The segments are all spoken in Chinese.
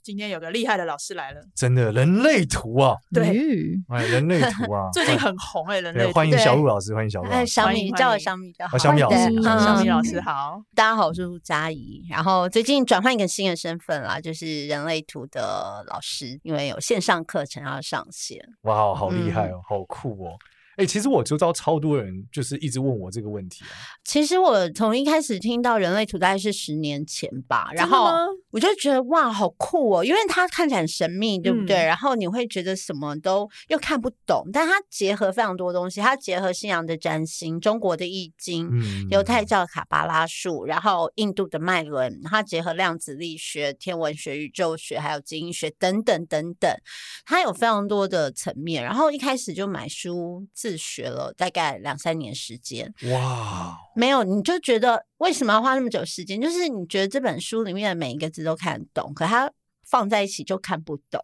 今天有个厉害的老师来了，真的人类图啊，对，，嗯，哎，人类图 啊最近很红哎、人对类图欢迎小鹿老师，欢迎小鹿老哎，师。小欢米迎叫欢我迎小米就好。啊小米老师小米对，小老嗯师米老师好，大家好，我是陆佳怡。然后最近转换一个新的身份啦，就是人类图的老师，因为有线上课程要上线。哇，好厉害哦，好酷哦。哎，其实我周遭超多人就是一直问我这个问题啊，其实我从一开始听到人类图大概是十年前吧，然后我就觉得哇，好酷哦，因为它看起来很神秘，对不对？嗯然后你会觉得什么都又看不懂，但它结合非常多东西，它结合西洋的占星、中国的易经，嗯，犹太教卡巴拉术，然后印度的脉轮，它结合量子力学、天文学、宇宙学，还有基因学等等等等，它有非常多的层面。然后一开始就买书自学了，大概两三年时间，哇，没有你就觉得为什么要花那么久时间？就是你觉得这本书里面的每一个字都看得懂，可它。放在一起就看不懂，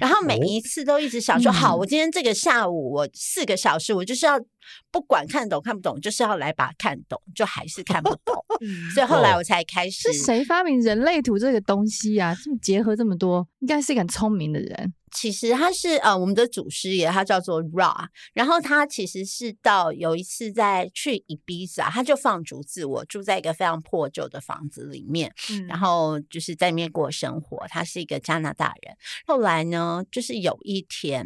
然后每哦一次都一直想说、好，嗯我今天这个下午我四个小时，我就是要不管看懂看不懂，就是要来把它看懂，就还是看不 懂。嗯所以后来哦我才开始是。谁发明人类图这个东西呀、这么结合这么多，应该是一个很聪明的人。其实他是呃我们的祖师爷，他叫做 Ra，然后他其实是到有一次在去 Ibiza，他就放逐自我，住在一个非常破旧的房子里面，嗯然后就是在里面过生活。他是一个加拿大人。后来呢，就是有一天。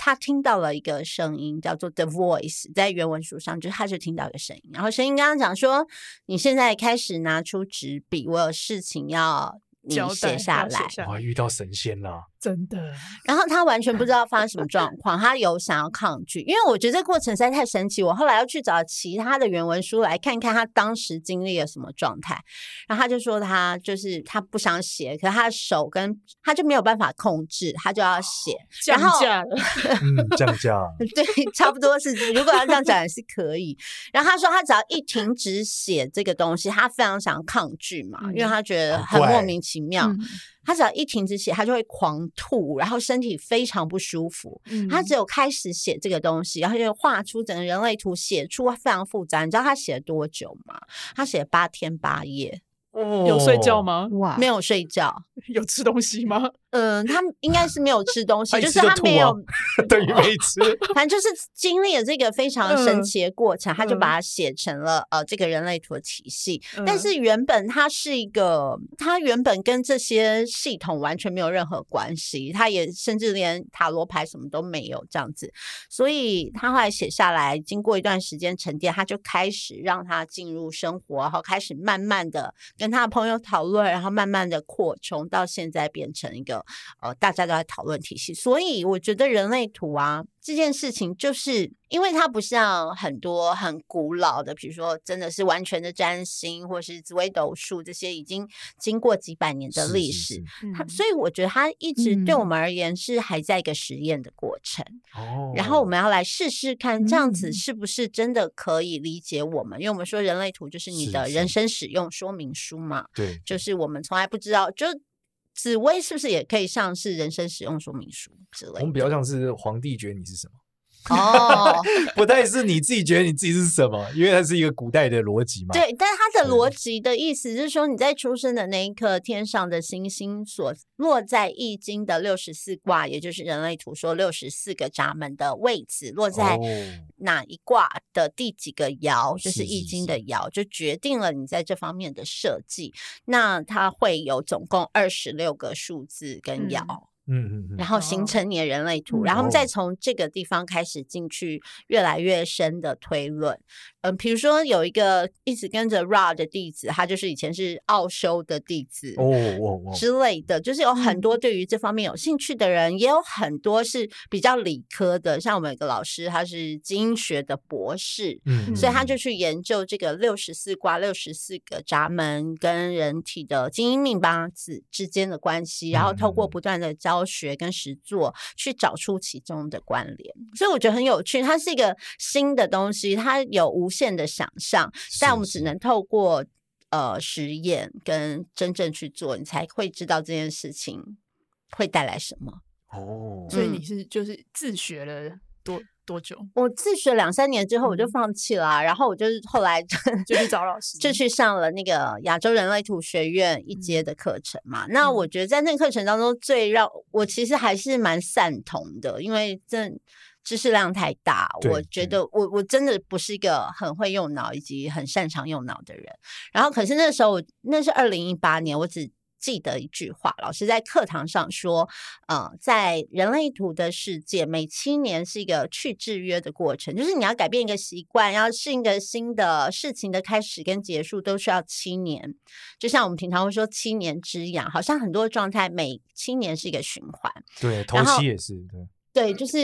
他听到了一个声音，叫做 The Voice，在原文书上，就是他就听到一个声音，然后声音刚刚讲说，你现在开始拿出纸笔，我有事情要你交代写下要写来，下哇，遇到神仙啦！真的，然后他完全不知道发生什么状况，他有想要抗拒，因为我觉得这过程实在太神奇。我后来要去找其他的原文书来看看他当时经历了什么状态，然后他就说他就是他不想写，可是他的手跟他就没有办法控制，他就要写，降然后价了，嗯，降价，对，差不多是这。如果要这样讲也是可以。然后他说，他只要一停止写这个东西，他非常想抗拒嘛，因为嗯他觉得好很莫怪名其妙。嗯他只要一停止写，他就会狂吐，然后身体非常不舒服。嗯嗯他只有开始写这个东西，然后就画出整个人类图，写出非常复杂。你知道他写了多久吗？他写了八天八夜，哦有睡觉？吗？哇，没有睡觉。 有吃东西吗？嗯，他应该是没有吃东西，爱就吃是就他吐 没啊有 等于没吃。反正就是经历了这个 非常神嗯奇的过程，他就嗯把它写成了呃这个人类图的体系。但嗯是原本它是一个，它原本跟这些系统完全没有任何关系，它也甚至连塔罗牌什么都没有这样子。所以他后来写下来，经过一段时间沉淀，他就开始让他进入生活，然后开始慢慢的跟他的朋友讨论，然后慢慢的扩充，到现在变成一个呃大家都在讨论体系。所以我觉得人类图啊这件事情，就是因为它不像很多很古老的，比如说真的是完全的占星或是紫微斗数这些已经经过几百年的是历是史，是它所以我觉得它一直对嗯我们而言是还在一个实验的过程。哦，然后我们要来试试看，这样子嗯是不是真的可以理解我们？因为我们说人类图就是你是的是人生使用说明书嘛，对，就是我们从来不知道，就紫薇是不是也可以像是人生使用说明书之类我的？们比较像是皇帝觉得你是什么， 哦，不但是你自己觉得你自己是什么，因为它是一个古代的逻辑嘛。对，但它的对逻辑的意思是说，你在出生的那一刻，天上的星星所落在易经的六十四卦，也就是人类图说六十四个闸门的位置，落在哦哪一卦的第几个爻，就是是易是经是的爻，就决定了你在这方面的设计。那它会有总共二十六个数字跟爻。嗯嗯嗯然。后哦形成你的人类图，嗯然后我们再哦从这个地方开始进去越来越深的推论。嗯，比如说有一个一直跟着 Ra 的弟子，他就是以前是奥修的弟子。哦哦哦，之类的，就是有很多对于这方面有兴趣的人，也有很多是比较理科的。像我们有个老师，他是基因学的博士，嗯所以他就去研究这个六十四卦、六十四个闸门跟人体的基因命八字之间的关系，然后透过嗯不断的教学跟实作去找出其中的关联。所以我觉得很有趣，它是一个新的东西，它有无限的想象，但我们只能透过。呃实验跟真正去做，你才会知道这件事情会带来什么。哦，所以你嗯是就是自学了多多久？我自学两三年之后，我就嗯放弃了啊、然后我就是后来 就去找老师，就去上了那个亚洲人类图学院一阶的课程嘛。那我觉得在那个课程当中，最让我其实还是蛮赞同的，因为这知识量太大，我对对觉得我我真的不是一个很会用脑以及很擅长用脑的人。然后，可是那时候我那是二零一八年，我只。记得一句话，老师在课堂上说：“呃，在人类图的世界，每七年是一个去制约的过程，就是你要改变一个习惯，要适应一个新的事情的开始跟结束，都需要七年。就像我们平常会说七年之痒，好像很多状态每七年是一个循环。对，头然后七也是，对，对，就是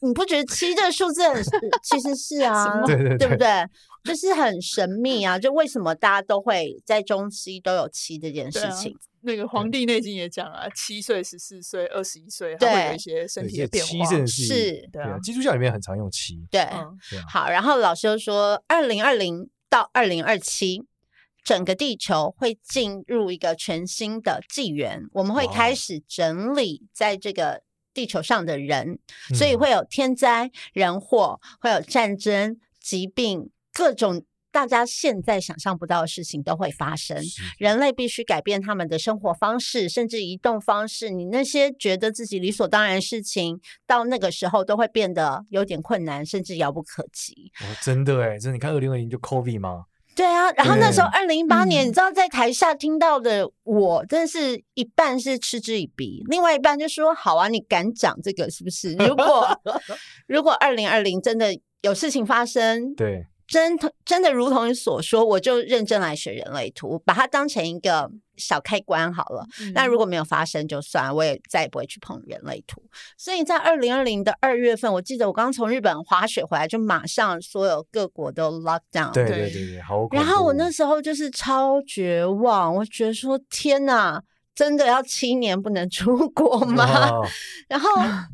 你不觉得七这个数字很是其实是啊，对 对不对？就是很神秘啊，就为什么大家都会在中西都有七这件对事啊情？那个《黄帝内经》也讲啊，七岁、十四岁、二十一岁，它会有对一些身对体的这变七化。真的是是对对啊啊，基督教里面很常用七，对，嗯，对啊，好，然后老师又说，二零二零到二零二七，整个地球会进入一个全新的纪元，我们会哇开哦始整理在这个。地球上的人，所以嗯会有天灾人祸，会有战争、疾病，各种大家现在想象不到的事情都会发生。是人类必须改变他们的生活方式，甚至移动方式。你那些觉得自己理所当然的事情，到那个时候都会变得有点困难，甚至遥不可及。哦，真的哎，真的，你看二零二零就 COVID 嘛，对啊，然后那时候二零一八年，嗯你知道在台下听到的我，真的是一半是嗤之以鼻，另外一半就说：“好啊，你敢讲这个是不是？如果如果二零二零真的有事情发生，对，真的真的如同你所说，我就认真来学人类图，把它当成一个小开关好了。那如果果嗯没有发生就算了，我也再也不会去碰人类图。所以在二零二零的二月份，我记得我刚从日本滑雪回来，就马上所有各国都 lock down。对嗯对对对对，好恐怖。哦然后我那时候就是超绝望，我觉得说天哪，真的要七年不能出国哦吗？哇然 后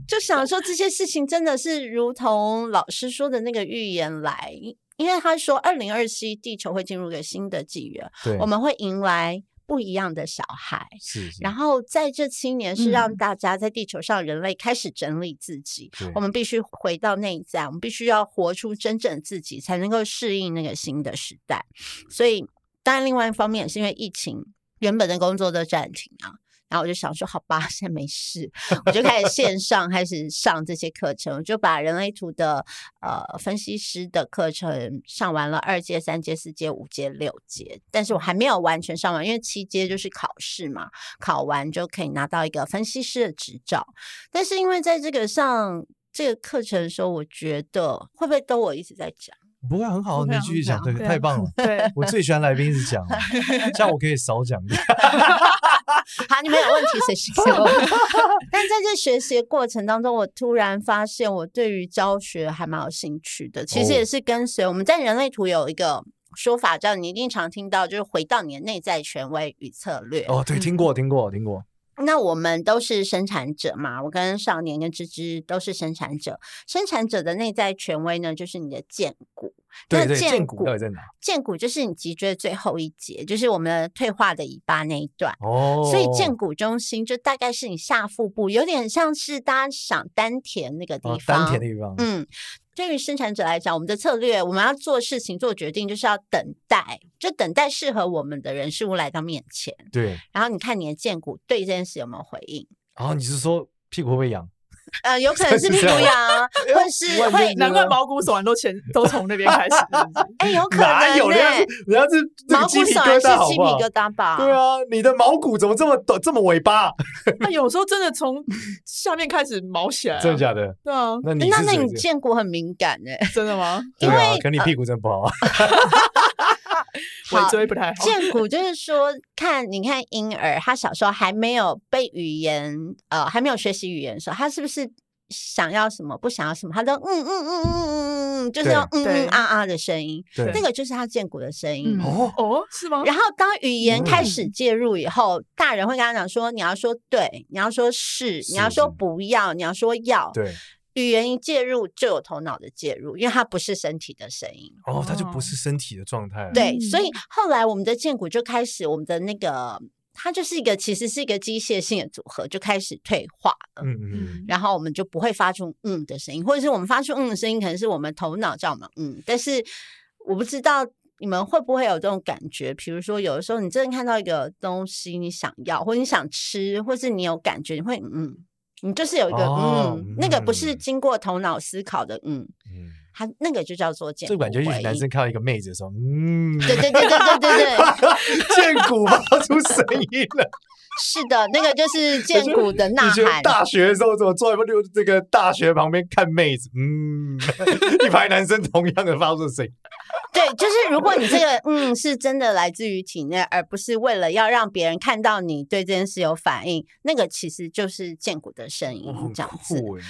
就想说这些事情真的是如同老师说的那个预言来，因因为他说二零二七地球会进入一个新的纪元，对，我们会迎来不一样的小孩。是是然后在这七年是让嗯大家在地球上人类开始整理自己，对我们必须回到内在，我们必须要活出真正的自己，才能够适应那个新的时代。所以，当然另外一方面也是因为疫情，原本的工作都暂停啊。然后我就想说，好吧，现在没事，我就开始线上开始上这些课程，我就把人类图的呃分析师的课程上完了二阶、三阶、四阶、五阶、六阶，但是我还没有完全上完，因为七阶就是考试嘛，考完就可以拿到一个分析师的执照。但是因为在这个上这个课程的时候，我觉得会不会都我一直在讲？不会很好，不你会继续很讲，好对，对太棒 了。对，我最喜欢来宾是讲了，像我可以少讲一点。好， 你们有问题随时给我。 但在这学习的过程当中，我突然发现我对于教学还蛮有兴趣的。其实也哦是跟随我们在人类图有一个说法，叫你一定常听到，就是回到你的内在权威与策略。哦，对，听过，听过，听过。那我们都是生产者嘛，我跟少年跟芝芝都是生产者。生产者的内在权威呢，就是你的剑骨。对那对，剑剑骨到底在哪？剑骨就是你脊椎最后一节，就是我们退化的尾巴那一段。哦，所以剑骨中心就大概是你下腹部，有点像是大家想丹田那个地哦方。丹田的地方，嗯，对于生产者来讲，我们的策略，我们要做事情、做决定，就是要等待，就等待适合我们的人事物来到面前。对。然后你看你的剑骨对这件事有没有回应？然后你是说屁股会不会痒？呃，有可能是是屁股这样哎痒，或是万一啊会，难怪毛骨悚然都前都从那边开始，是不是 哎，有可能哪有人家呢是？人家是这毛个骨鸡皮悚疙然是瘩，好鸡皮不好？疙瘩吧？对啊，你的毛骨怎么这么短，这么尾 巴？那有时候真的从下面开始毛起来啊，真的假的？对啊，那你那是那谁你剑骨很敏感 哎、真的吗？对因啊为，呃可你屁股真不 好啊。尾好椎不太好，剑骨就是说，看你看婴儿，他小时候还没有被语言，呃，还没有学习语言的时候，他是不是想要什么，不想要什么，他都嗯嗯嗯嗯嗯嗯嗯，就是要嗯对嗯啊啊的声音，对那个就是他剑骨的声音。嗯哦，哦，是吗？然后，当语言开嗯始介入以后，大人会跟他讲说：“你要说对，你要说是，你要是说是不要，你要说要。”对，语言一介入就有头脑的介入，因为它不是身体的声音。哦，它就不哦是身体的状态了。对，所嗯以后来我们的剑骨就开始我们的那个，它就是一个其实是一个机械性的组合，就开始退化了。嗯嗯嗯，然后我们就不会发出嗯的声音，或者是我们发出嗯的声音，可能是我们头脑叫我们嗯，但是我不知道你们会不会有这种感觉。比如说，有的时候你真的看到一个东西，你想要，或者你想吃，或是你有感觉，你会嗯，你就是有一个哦嗯，那个不是嗯经过头脑思考的嗯，嗯它那个就叫做见这个感觉，一群男生。看到一个妹子的时候，嗯， 对对对对对对对， 剑骨发出声音了。是的，那个 就是剑骨的呐以前喊。大学的时候，怎么坐在溜这个大学旁边看妹子？ 嗯，一排男生同样的发出声音。对，就是如果你这个嗯是真的来自于体内，而不是为了要让别人看到你对这件事有反应，那个其实就是剑骨的声音哇很这样子。酷哎！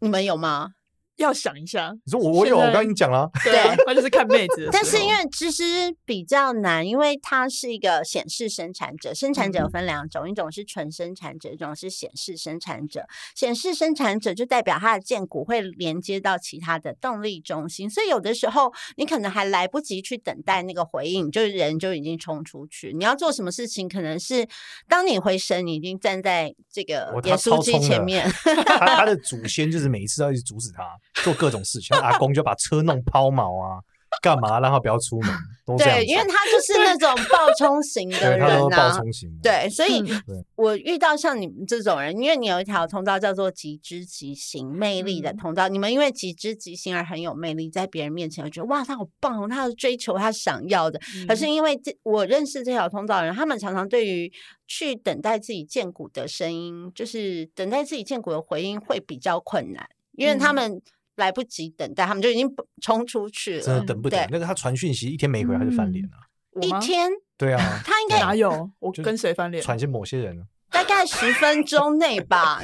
你们有吗？要想一下， 你说我我有，现在我跟你讲啦，对啊，那就是看妹子的时候。但是因为芝芝比较难，因为它是一个显示生产者，生产嗯者有分两种，一种是纯生产者，一种是显示生产者。显示生产者就代表它的剑骨会连接到其他的动力中心，所以有的时候你可能还来不及去等待那个回应，你就人就已经冲出去。你要做什么事情，可能是当你回神，你已经站在这个我耶哦他稣超基冲前的面。他他的祖先就是每一次都要一直阻止他做各种事情，他阿公就把车弄抛锚啊，干嘛让他不要出门，都这样对，子。啊因为他就是那种 暴冲型的对人啊他都呐、爆冲型的。对，所以嗯对我遇到像你们这种人，因为你有一条通道叫做极之极行魅力的嗯通道，你们因为极之极行而很有魅力，在别人面前会觉得哇，他好棒哦，他要追求他想要的。可是嗯因为这我认识这条通道的人，他们常常对于去等待自己见骨的声音，就是等待自己见骨的回应会比较困难，因为他嗯们来不及等待，他们就已经冲出去了。真的等不等对？嗯那个他传讯息一天没回，他就翻脸了。嗯我一吗天， 对啊，他应该哪有我就跟谁翻脸？传些某些人啊，大概十分钟内吧，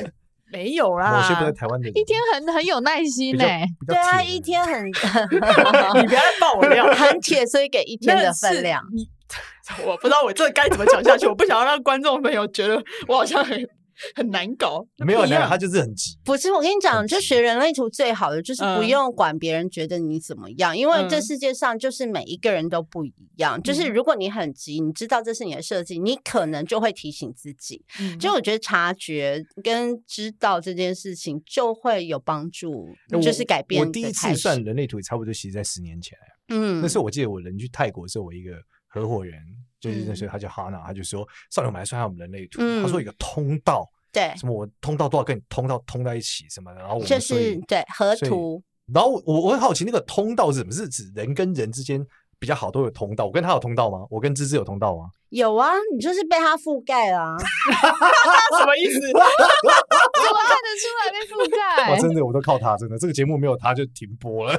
没有啦，某些不在台湾的人，一天很很有耐比心较呢、比较啊对啊，铁的一人天 很。你不要再爆我料 很铁，所以给一天那的是分量。你 我不知道我这该怎么讲下去，我不想要让观众朋友觉得我好像很很难搞。没有不一没有，样他就是很急。不是，我跟你讲，就急学人类图最好的就是不嗯用管别人觉得你怎么样，因为这嗯世界上就是每一个人都不一样。就是嗯如果你很急，你知道这是你的设计，你可能就会提醒自己。嗯就我觉得察觉跟知道这件事情就会有帮助，就是我改变我第的一开次始算人类图，差不多其实在十年前。嗯那时候我记得我人去泰国的时候，我一个合伙人，就是那时候他叫哈娜，他就说上次我们来算下我们人类图，他说嗯有个通道，对，什么我通道多少跟你通道通在一起什么的，然后我们就所以是对河所以图。然后我我很好奇那个通道是什么？是指人跟人之间比较好都有通道？我跟他有通道吗？我跟芝芝有通道吗？有啊，你就是被它覆盖了啊。他什么 意思？怎么看得出来被覆盖？哇，真的我都靠他，真的这个节目没有他就停播了。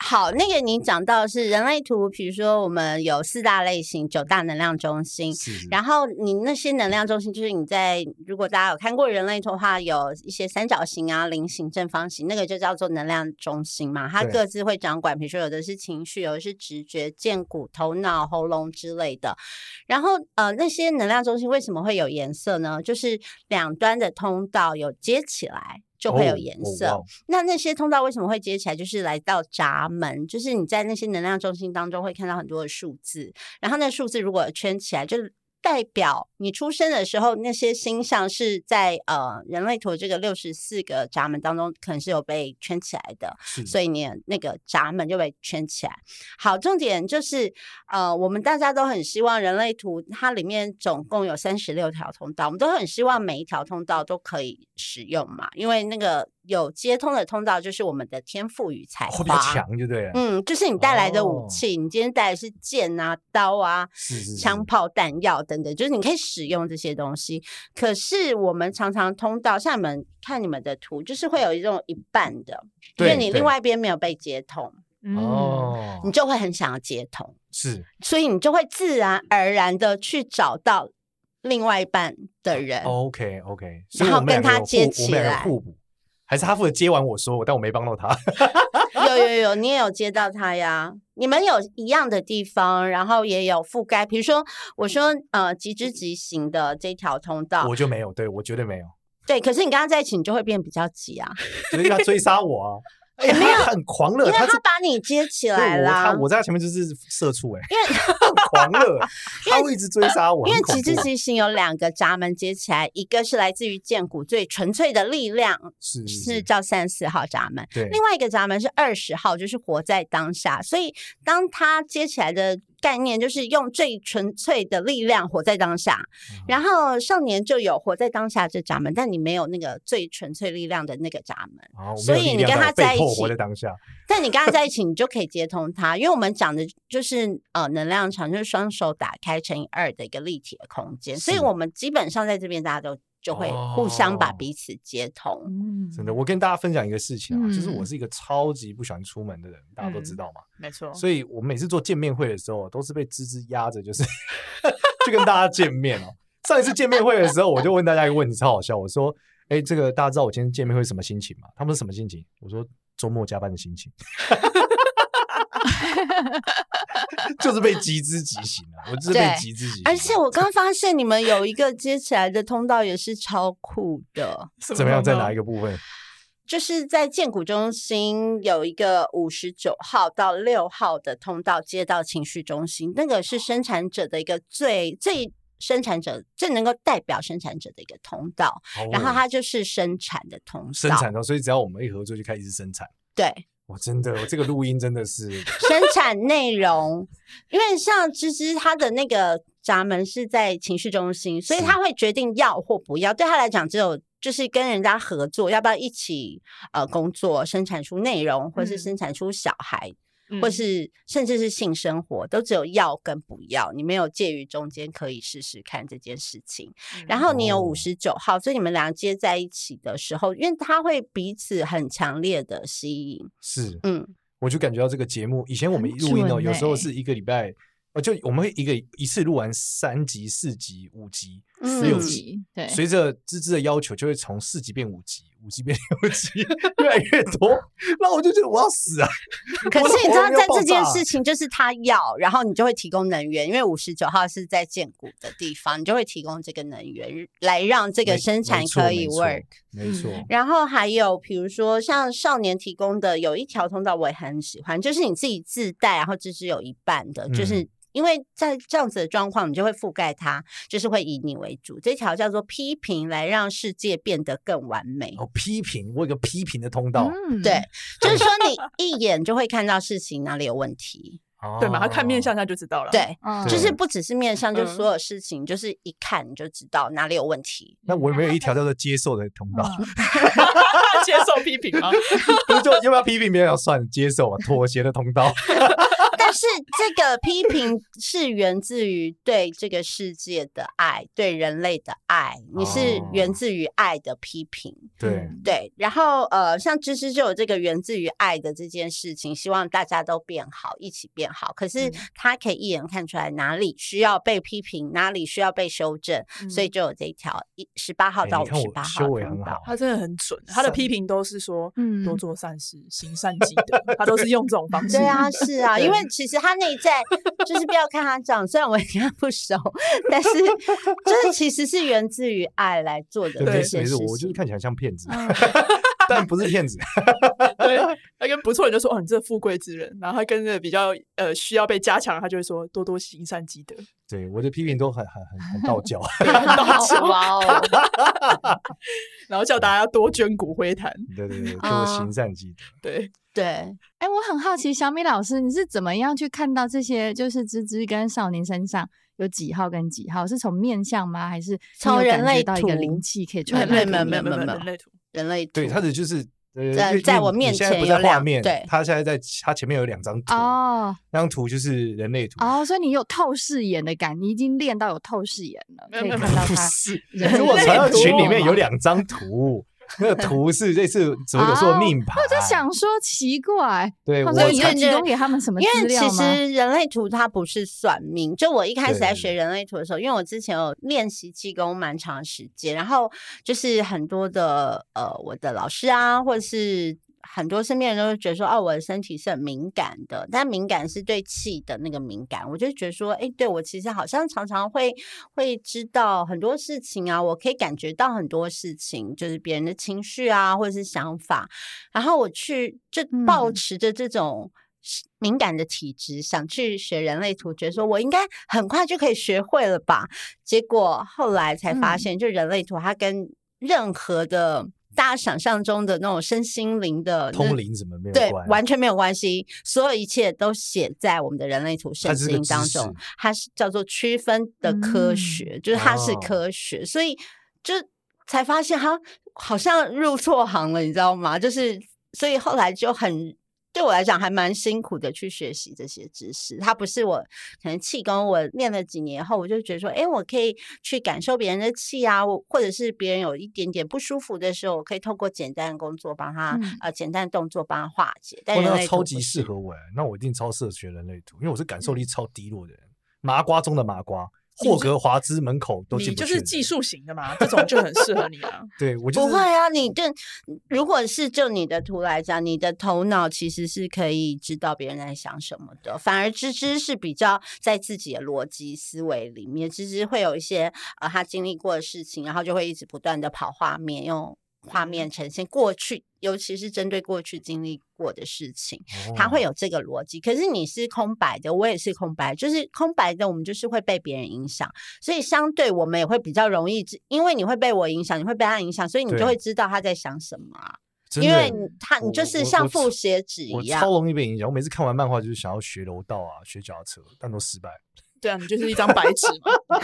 好，那个你讲到的是人类图，比如说我们有四大类型、九大能量中心。是是然后你那些能量中心，就是你在如果大家有看过人类图的话，有一些三角形啊、菱形、正方形，那个就叫做能量中心嘛。它对各自会掌管，比如说有的是情绪，有的是直觉、剑骨、头脑、喉咙之类的。然后呃，那些能量中心为什么会有颜色呢？就是两端的通道有接起来，就会有哦颜哦色。哇哦那那些通道为什么会接起来？就是来到闸门，就是你在那些能量中心当中会看到很多的数字，然后那数字如果圈起来，就是代表你出生的时候那些星象是在呃人类图这个六十四个闸门当中，可能是有被圈起来的，是所以你的那个闸门就被圈起来。好，重点就是呃，我们大家都很希望人类图它里面总共有三十六条通道，我们都很希望每一条通道都可以使用嘛，因为那个有接通的通道就是我们的天赋与才会比较华。强，就对了。嗯，就是你带来的武哦器，你今天带的是剑啊、刀啊，是是是枪炮、弹药等等，就是你可以使用这些东西。可是我们常常通道，像你们看你们的图，就是会有一种一半的，因为对你对另外一边没有被接通，嗯，哦你，就会很想要接通，是所以你就会自然而然的去找到另外一半的人。哦 OK OK，所以然后我们两跟个他有接互我起们两来个互补，还是他负责接完我说，但我没帮到他。有有有，你也有接到他呀。你们有一样的地方，然后也有覆盖，比如说我说呃，极之极行的这条通道， 我就没有，对我绝对没有。对，可是你跟他在一起，你就会变比较急啊，所以他追杀我 啊，哎、他他很狂因热，为他他是把你接起来对我啦他。我在他前面就是社畜哎、 很狂 热，他会一直追杀我，因为很恐极致怖啊之行有两个闸门接起来，一个是来自于剑骨最纯粹的力量，嗯是是叫三四号闸门；对另外一个闸门是二十号，就是活在当下。所以，当他接起来的概念就是用最纯粹的力量活在当下。嗯然后少年就有活在当下这闸门，但你没有那个最纯粹力量的那个闸门。啊，我没有所以力你量但跟他我被在一迫起活在当下，但你跟他在一起，你就可以接通他，因为我们讲的就是呃能量场，就是双手打开乘以二的一个立体的空间，所以是我们基本上在这边大家都就会互相把哦彼此接通。嗯，真的，我跟大家分享一个事情啊，就是我嗯是一个超级不喜欢出门的人，大家都知嗯道嘛。没错，所以我每次做见面会的时候，都是被芝芝压着，就是 就跟大家见面哦。上一次见面会的时候，我就问大家一个问题，超好笑。我说：“哎、这个大家知道我今天见面会什么心情吗？”他们是什么心情？我说：“周末加班的心情。” 就是被极之极行啊！我就是被对极之极行。而且 我刚发现你们有一个接起来的通道也是超酷的，怎么样，在哪一个？个部分？就是在建谷中心有一个五十九号到六号的通道接到情绪中心，那个是生产者的一个最最生产者最能够代表生产者的一个通道。然后哦它就是生产的通道，生产的，哦所以只要我们一合作，就开始生产。对我真的，我这个录音真的是生产内容，因为像芝芝她的那个闸门是在情绪中心，所以是她会决定要或不要。对她来讲，只有就是跟人家合作，要不要一起呃工作，生产出内容，或是嗯生产出小孩，嗯或是甚至是性生活，都只有要跟不要，你没有介于中间可以试试看这件事情。嗯然后你有哦五十九号，所以你们俩接在一起的时候，因为他会彼此很强烈的吸引，是嗯，我就感觉到这个节目，以前我们很录音哦，准有时候欸是一个礼拜，呃，就我们会一个一次录完三集、四集、五集，嗯六四集级，对，随着芝芝的要求，就会从四集变五集，五集变六集， 越来越多。然后我就觉得我要死啊！可我的是你喉知道咙要在爆这件炸事情，就是他要，然后你就会提供能源，因为五十九号是在建股的地方，你就会提供这个能源来让这个没生没产错可没以错 work。嗯没错，然后还有比如说像少年提供的有一条通道我也很喜欢，就是你自己自带，然后只是有一半的，就是。嗯因为在这样子的状况，你就会覆盖它，就是会以你为主。这条叫做批评，来让世界变得更完美。哦，批评，我有个批评的通道，嗯对，就是 说你一眼就会看到事情哪里有问题。对嘛，他看面哦相他就知道了。，对，嗯就是不只是面向，就嗯所有事情，就是一看你就知道哪里有问题。那我有没有一条叫做接受的通道？接受批评吗？嗯那 就要不要批评别人？算了，接受啊，妥协的通道。 但是这个批评是源自于对这个世界的爱，对人类的爱，你是哦源自于爱的批评。对，对，然后呃，像知识就有这个源自于爱的这件事情，希望大家都变好，一起变好。可是嗯他可以一眼看出来哪里需要被批评，哪里需要被修正，所以就有这一条一十八嗯号哎到你五看十我八号修为通很道好。他真的很准，他的批评都是说嗯多做善事，行善积德，他都是用这种方式。对啊，是 啊，因为其实他内在就是不要看他长，虽然我也跟他不熟，但是就是其实是源自于爱来做的对，没这事些没事，事我就是情。看起来像骗子， 但不是骗子。 对，那跟不错人就说哦，你这富贵之人，然后他跟着比较呃需要被加强，他就会说多多行善积德。对我的批评都很很很很道教， 哇哦！然后叫大家多捐骨灰坛。对对对，就啊行善积德。对，对，哎、我很好奇，小米老师，你是怎么样去看到这些？就是芝芝跟少年身上有几号跟几号，是从面相吗？还是你从有人感觉类到一个图灵气可以传没来有的地没方？有没有没有没有没有人类图，人类对，图他的就是呃在因为在因为我你面现在前不在有画两面，对他现在在他前面有两张图，哦那张图就是人类图。哦，所以你有透视眼的感，你已经练到有透视眼了，没有可以没有看没到不他。是，人可是我类传到图群里面有嘛两张图，那个图是类似所有说哦命盘。我在，想说，奇怪，对我好像你才有提供给他们什么因资为料其吗？实人类图它不是算命，就我一开始在对学人类图的时候，因为我之前有练习气功蛮长时间，然后就是很多的呃我的老师啊，或者是很多身边人都会觉得说，哦，我的身体是很敏感的，但敏感是对气的那个敏感。我就觉得说，哎，对我其实好像常常会会知道很多事情啊，我可以感觉到很多事情，就是别人的情绪啊，或者是想法。然后我去就保嗯持着这种是敏感的体质，想去学人类图，觉得说我应该很快就可以学会了吧。结果后来才发嗯现，就人类图它跟任何的大家想象中的那种身心灵的那通灵什么没有对关，完全没有关系，所有一切都写在我们的人类图圣它是个经知当识嗯中，它是叫做区分的科学，就是它是哦科学，所以就才发现它好像入错行了，你知道吗？就是所以后来就很。对我来讲还蛮辛苦的，去学习这些知识。它不是我可能气功，我练了几年后，我就觉得说，哎，我可以去感受别人的气啊，我或者是别人有一点点不舒服的时候，我可以透过简单的工作帮他、嗯呃简单的动作帮他化解。但哇，人哦那类超图级不适是嗯合我哎，那我一定超适合学人类图，因为我是感受力超低落的人，麻瓜中的麻瓜，你就霍格华兹门口都进你不就去是的技人术型的嘛，这种就很适合你 啊。对我就不是哦会啊，你就如果是就你的图来讲，你的头脑其实是可以知道别人在想什么的，反而芝芝是比较在自己的逻辑思维里面，芝芝会有一些呃他经历过的事情，然后就会一直不断的跑画面，用画面呈现过去，尤其是针对过去经历过的事情。他会有有这个逻辑。可是你是空白的，我也是空白，就是空白的，我们就是会被别人影响，所以相对我们也会比较容易知，因为你会被我影响，你会被他影响，所以你对就会知道他在想什么啊。真因的为你他，你我就我是我像超复写纸一我样超。容易被影响，我每次看完漫画就是想要学柔道啊，学脚踏车，但都失败。对啊，你就是一张白纸嘛。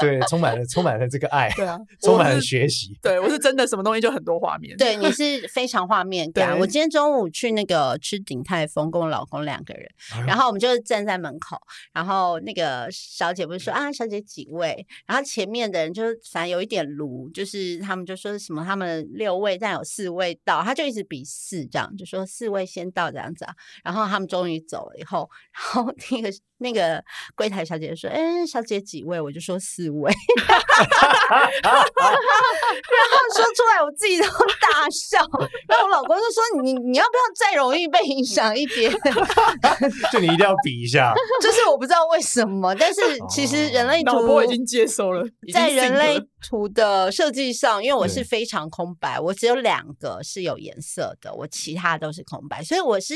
对，充满了充满了这个爱，对啊，充我满了是学习。 对我是真的什么东西就很多画面。对，你是非常画面感。我对今天中午去那个吃鼎泰丰，跟我老公两个人，然后后我们就站在门口，然后那个小姐不是说啊，小姐几位？然后前面的人就反正有一点炉，就是他们就说什么他们六位，但有四位到，他就一直比四这样，就说四位先到这样子啊。然后他们终于走了以后，然后那个那个柜台小姐就说，嗯，小姐几位？我就说四位， 然后说出来我自己都大笑，然后我老公就说你你要不要再容易被影响一点？ 就你一定要比一下，就是我不知道为什么，但是其实人类脑图波已经接收了，已经在 sync 人类了图的设计上，因为我对是非常空白，我只有两个是有颜色的，我其他都是空白，所以我是。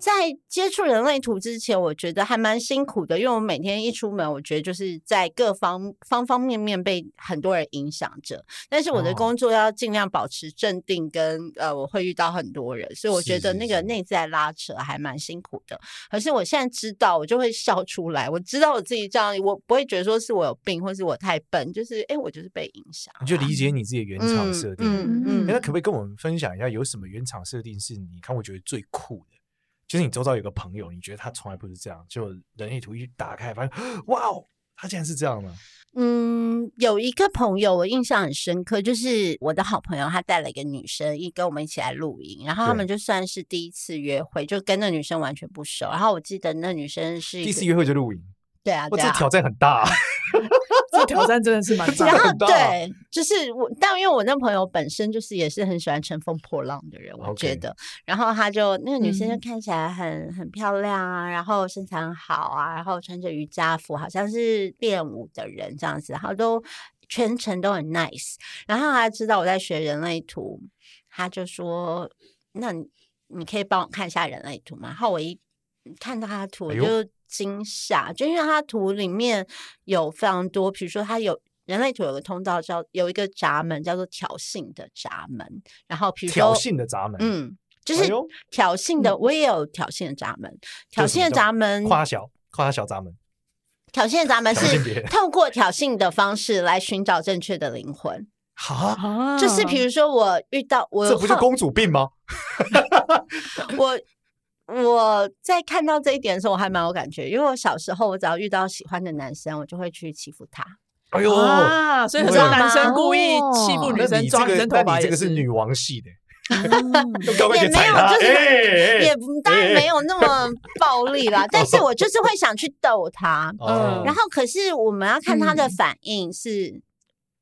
在接触人类图之前，我觉得还蛮辛苦的，因为我每天一出门，我觉得就是在各方方方面面被很多人影响着。但是我的哦工作要尽量保持镇定跟，呃，我会遇到很多人，所以我是觉得是那个是内在拉扯还蛮辛苦的。可是我现在知道，我就会笑出来。我知道我自己这样，我不会觉得说是我有病，或是我太笨，就是哎、诶我就是被影响啊。你就理解你自己的原厂嗯设定。嗯嗯诶那可嗯不可以跟我们分享一下，有什么原厂设定是你看过觉得最酷的？就是你周遭有个朋友，你觉得他从来不是这样，就人类图一打开，发现哇哦，他竟然是这样的。嗯，有一个朋友我印象很深刻，就是我的好朋友，她带了一个女生，一跟我们一起来露营，然后他对们就算是第一次约会，就跟那女生完全不熟。然后我记得那女生是一第一次个约会就露营，对啊，哇，对这啊，挑战很大、啊。这挑战真的是蛮大然的。后很大对，就是我，但因为我那朋友本身就是也是很喜欢乘风破浪的人，我觉 OK 得。然后她就那个女生就嗯看起来很很漂亮啊，然后身材很好啊，然后穿着瑜伽服，好像是练舞的人这样子，然后都全程都很 nice。然后她知道我在学人类图，她就说：“那你你可以帮我看一下人类图吗？”然后我一看到他的图，我哎呦就惊吓，就因为他图里面有非常多，比如说他有人类图有个通道叫有一个闸门叫做挑衅的闸门，然后比如挑说衅的闸门，嗯，就哎是呦嗯挑衅的，我也有挑衅的闸门，挑这是什衅么的叫闸门，夸小夸小闸门，挑衅的闸门挑衅别嗯是人透过挑衅的方式来寻找正确的灵魂，哈，啊就是比如说我遇到我嗯这不就后公主病吗？我我在看到这一点的时候，我还蛮有感觉，因为我小时候我只要遇到喜欢的男生，我就会去欺负他。哎呦，啊，所以很多你知道男吗生故意欺负哦女那生你抓这女个生头那发你也这个是女王系的， 高哦跟也鞋没踩有，她，就哎是也嗯哎不当然没有那么暴 力啦，但是我就是会想去逗他。哦然后，可是我们要看他的嗯反应是，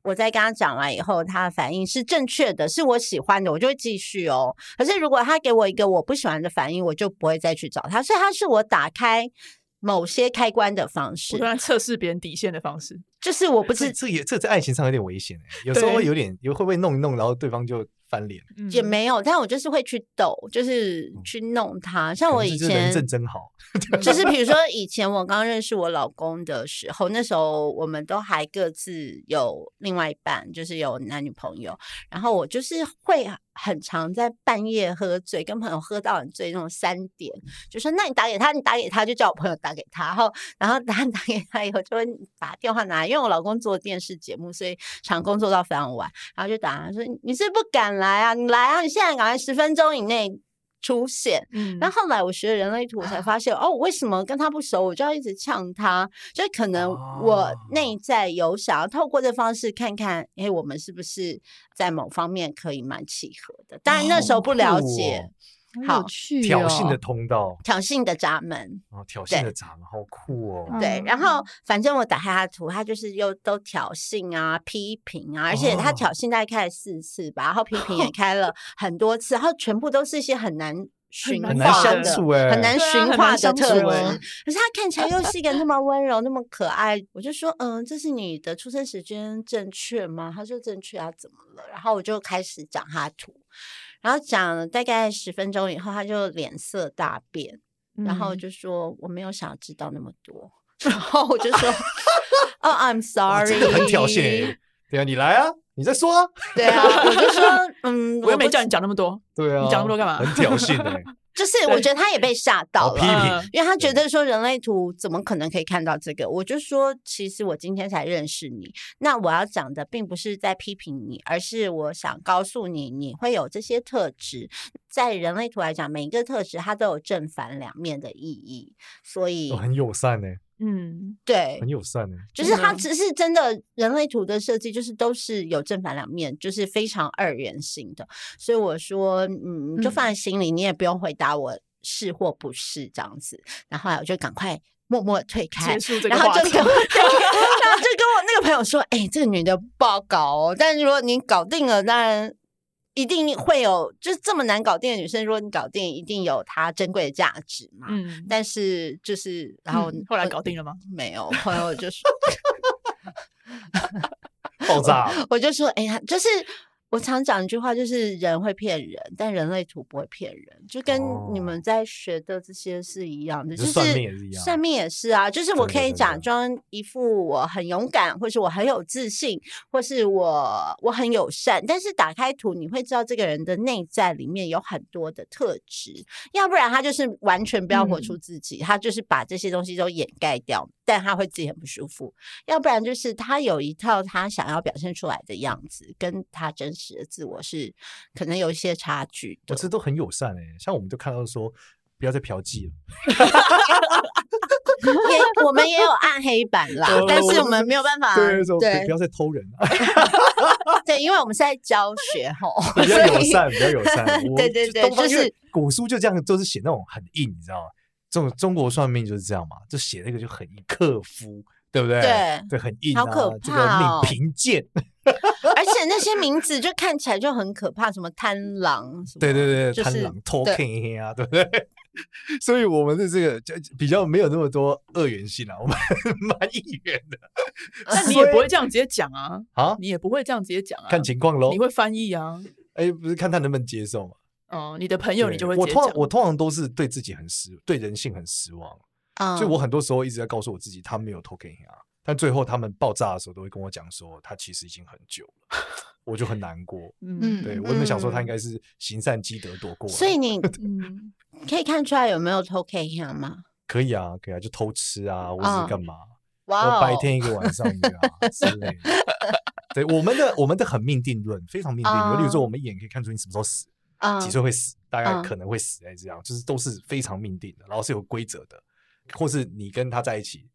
我在跟他讲完以后，他的反应是正确的，是我喜欢的，我就会继续哦。可是如果他给我一个我不喜欢的反应，我就不会再去找他。所以他是我打开某些开关的方式不，断测试别人底线的方式。就是我不这是这也这在爱情上有点危险、欸，有时候对会有点，有会不会弄一弄，然后对方就翻脸？嗯也没有，但我就是会去抖，就是去弄他。像嗯可我能以这就是人前正真好，就是比如说以前我刚认识我老公的时候，那时候我们都还各自有另外一半，就是有男女朋友。然后我就是会很常在半夜喝醉，跟朋友喝到很醉那种三点，就说那你打给他，你打给他，就叫我朋友打给他。 然后然后打打给他以后，就会把电话拿来，因为我老公做电视节目，所以常工作到非常晚。然后就打他说你是不是不敢来啊，你来啊，你现在赶快十分钟以内出现。嗯但后来我学了人类图，我才发现哦，我为什么跟他不熟，我就要一直呛他？就可能我哦内在有想要透过这方式看看，哎，我们是不是在某方面可以蛮契合的？当然那时候不了解，好好有趣、哦，挑衅的通道，挑衅的闸门。哦，挑对衅的闸门，好酷哦！嗯对，然后反正我打开他的图，他就是又都挑衅啊、批评啊，而且他哦挑衅大概开了四次吧，然后批评也开了很多次，然后全部都是一些很难驯难化很难的、相处哎、很难对啊驯很化难的相特处质哦啊。可是他看起来又是一个那么温柔、那么可爱，我就说，嗯，这是你的出生时间正确吗？他说正确啊，怎么了？然后我就开始讲他图，然后讲了大概十分钟以后，他就脸色大变，然后我嗯就说我没有想要知道那么多，然后我就说，哦，I'm 哇 sorry，真的很挑衅、欸。对啊，你来啊，你再说啊，对啊，我就说，嗯， 我又没不叫你讲那么 多，对啊，你讲那么多干嘛很挑衅哎、就是我对觉得他也被吓到好了批。评嗯因为他觉得说人类图怎么可能可以看到这个？我就说，其实我今天才认识你，那我要讲的并不是在批评你，而是我想告诉你，你会有这些特质。在人类图来讲，每一个特质它都有正反两面的意义，所以哦很友善哎、嗯，对很，友善哎、就是它嗯只是真的人类图的设计，就是都是有正反两面，就是非常二元性的。所以我说，嗯，你就嗯放在心里，你也不用回答我是或不是这样子。然后后来我就赶快默默地退开结。束这个然后话就题跟，我， 对然后就跟我那个朋友说，哎、这个女的不好搞哦。但是如果你搞定了，当然一定会有，就是这么难搞定的女生，如果你搞定，一定有她珍贵的价值嘛。嗯，但是就是，然后、嗯后来搞定了吗？没有，朋友就说，爆炸，啊我 就说，哎、呀，就是我常讲一句话，就是人会骗人，但人类图不会骗人，就跟你们哦在学的这些是一样的，你就说是算命也是一样算命也是啊，就是我真的可真以的假装一副我很勇敢，或是我很有自信，或是我我很友善，但是打开图你会知道这个人的内在里面有很多的特质，要不然他就是完全不要活嗯出自己，他就是把这些东西都掩盖掉，但他会自己很不舒服。要不然就是他有一套他想要表现出来的样子，跟他真实的自我是可能有一些差距我的。这都很友善哎、像我们就看到说不要再嫖妓了，也我们也有暗黑版啦对，但是我我们没有办法对，说啊对不要再偷人了、对，因为我们是在教学吼， 比较 所友以。善，比较友善 我对对就对东方就因为是古书就这样，都是写那种很硬，你知道吗？这种中国算命就是这样嘛，就写那个就很硬，克夫，对不对？对很硬、啊，好可这怕哦个命贫贱，而且那些名字就看起来就很可怕，什么贪狼，什么对对就对，贪是狼偷对 K 啊，对不对？所以我们的这个就比较没有那么多二元性啊，我们蛮一元的呃但你所也以不会这样直接讲啊， 啊，你也不会这样直接讲啊，看情况喽你。会翻译啊，哎，不是看他能不能接受嘛？嗯，你的朋友你对就会我直接通讲常，我通常都是对自己很失，对人性很失望。嗯所以我很多时候一直在告诉我自己，他没有偷给你啊。但最后他们爆炸的时候，都会跟我讲说，他其实已经很久了，我就很难 过。嗯，对我原本想说，他应嗯该是行善积德躲过了。所以你嗯，可以看出来有没有偷 K 香吗？可以啊，可以啊，就偷吃啊，或者啊是干嘛？我哇哦，白天一个，晚上一个 啊之类的。对我们的我们的很命定论，非常命定论。例如说，啊我们一眼可以看出你什么时候死，嗯几岁会死，大概嗯可能会死，哎，这样就是都是非常命定的，然后是有规则的，或是你跟他在一起，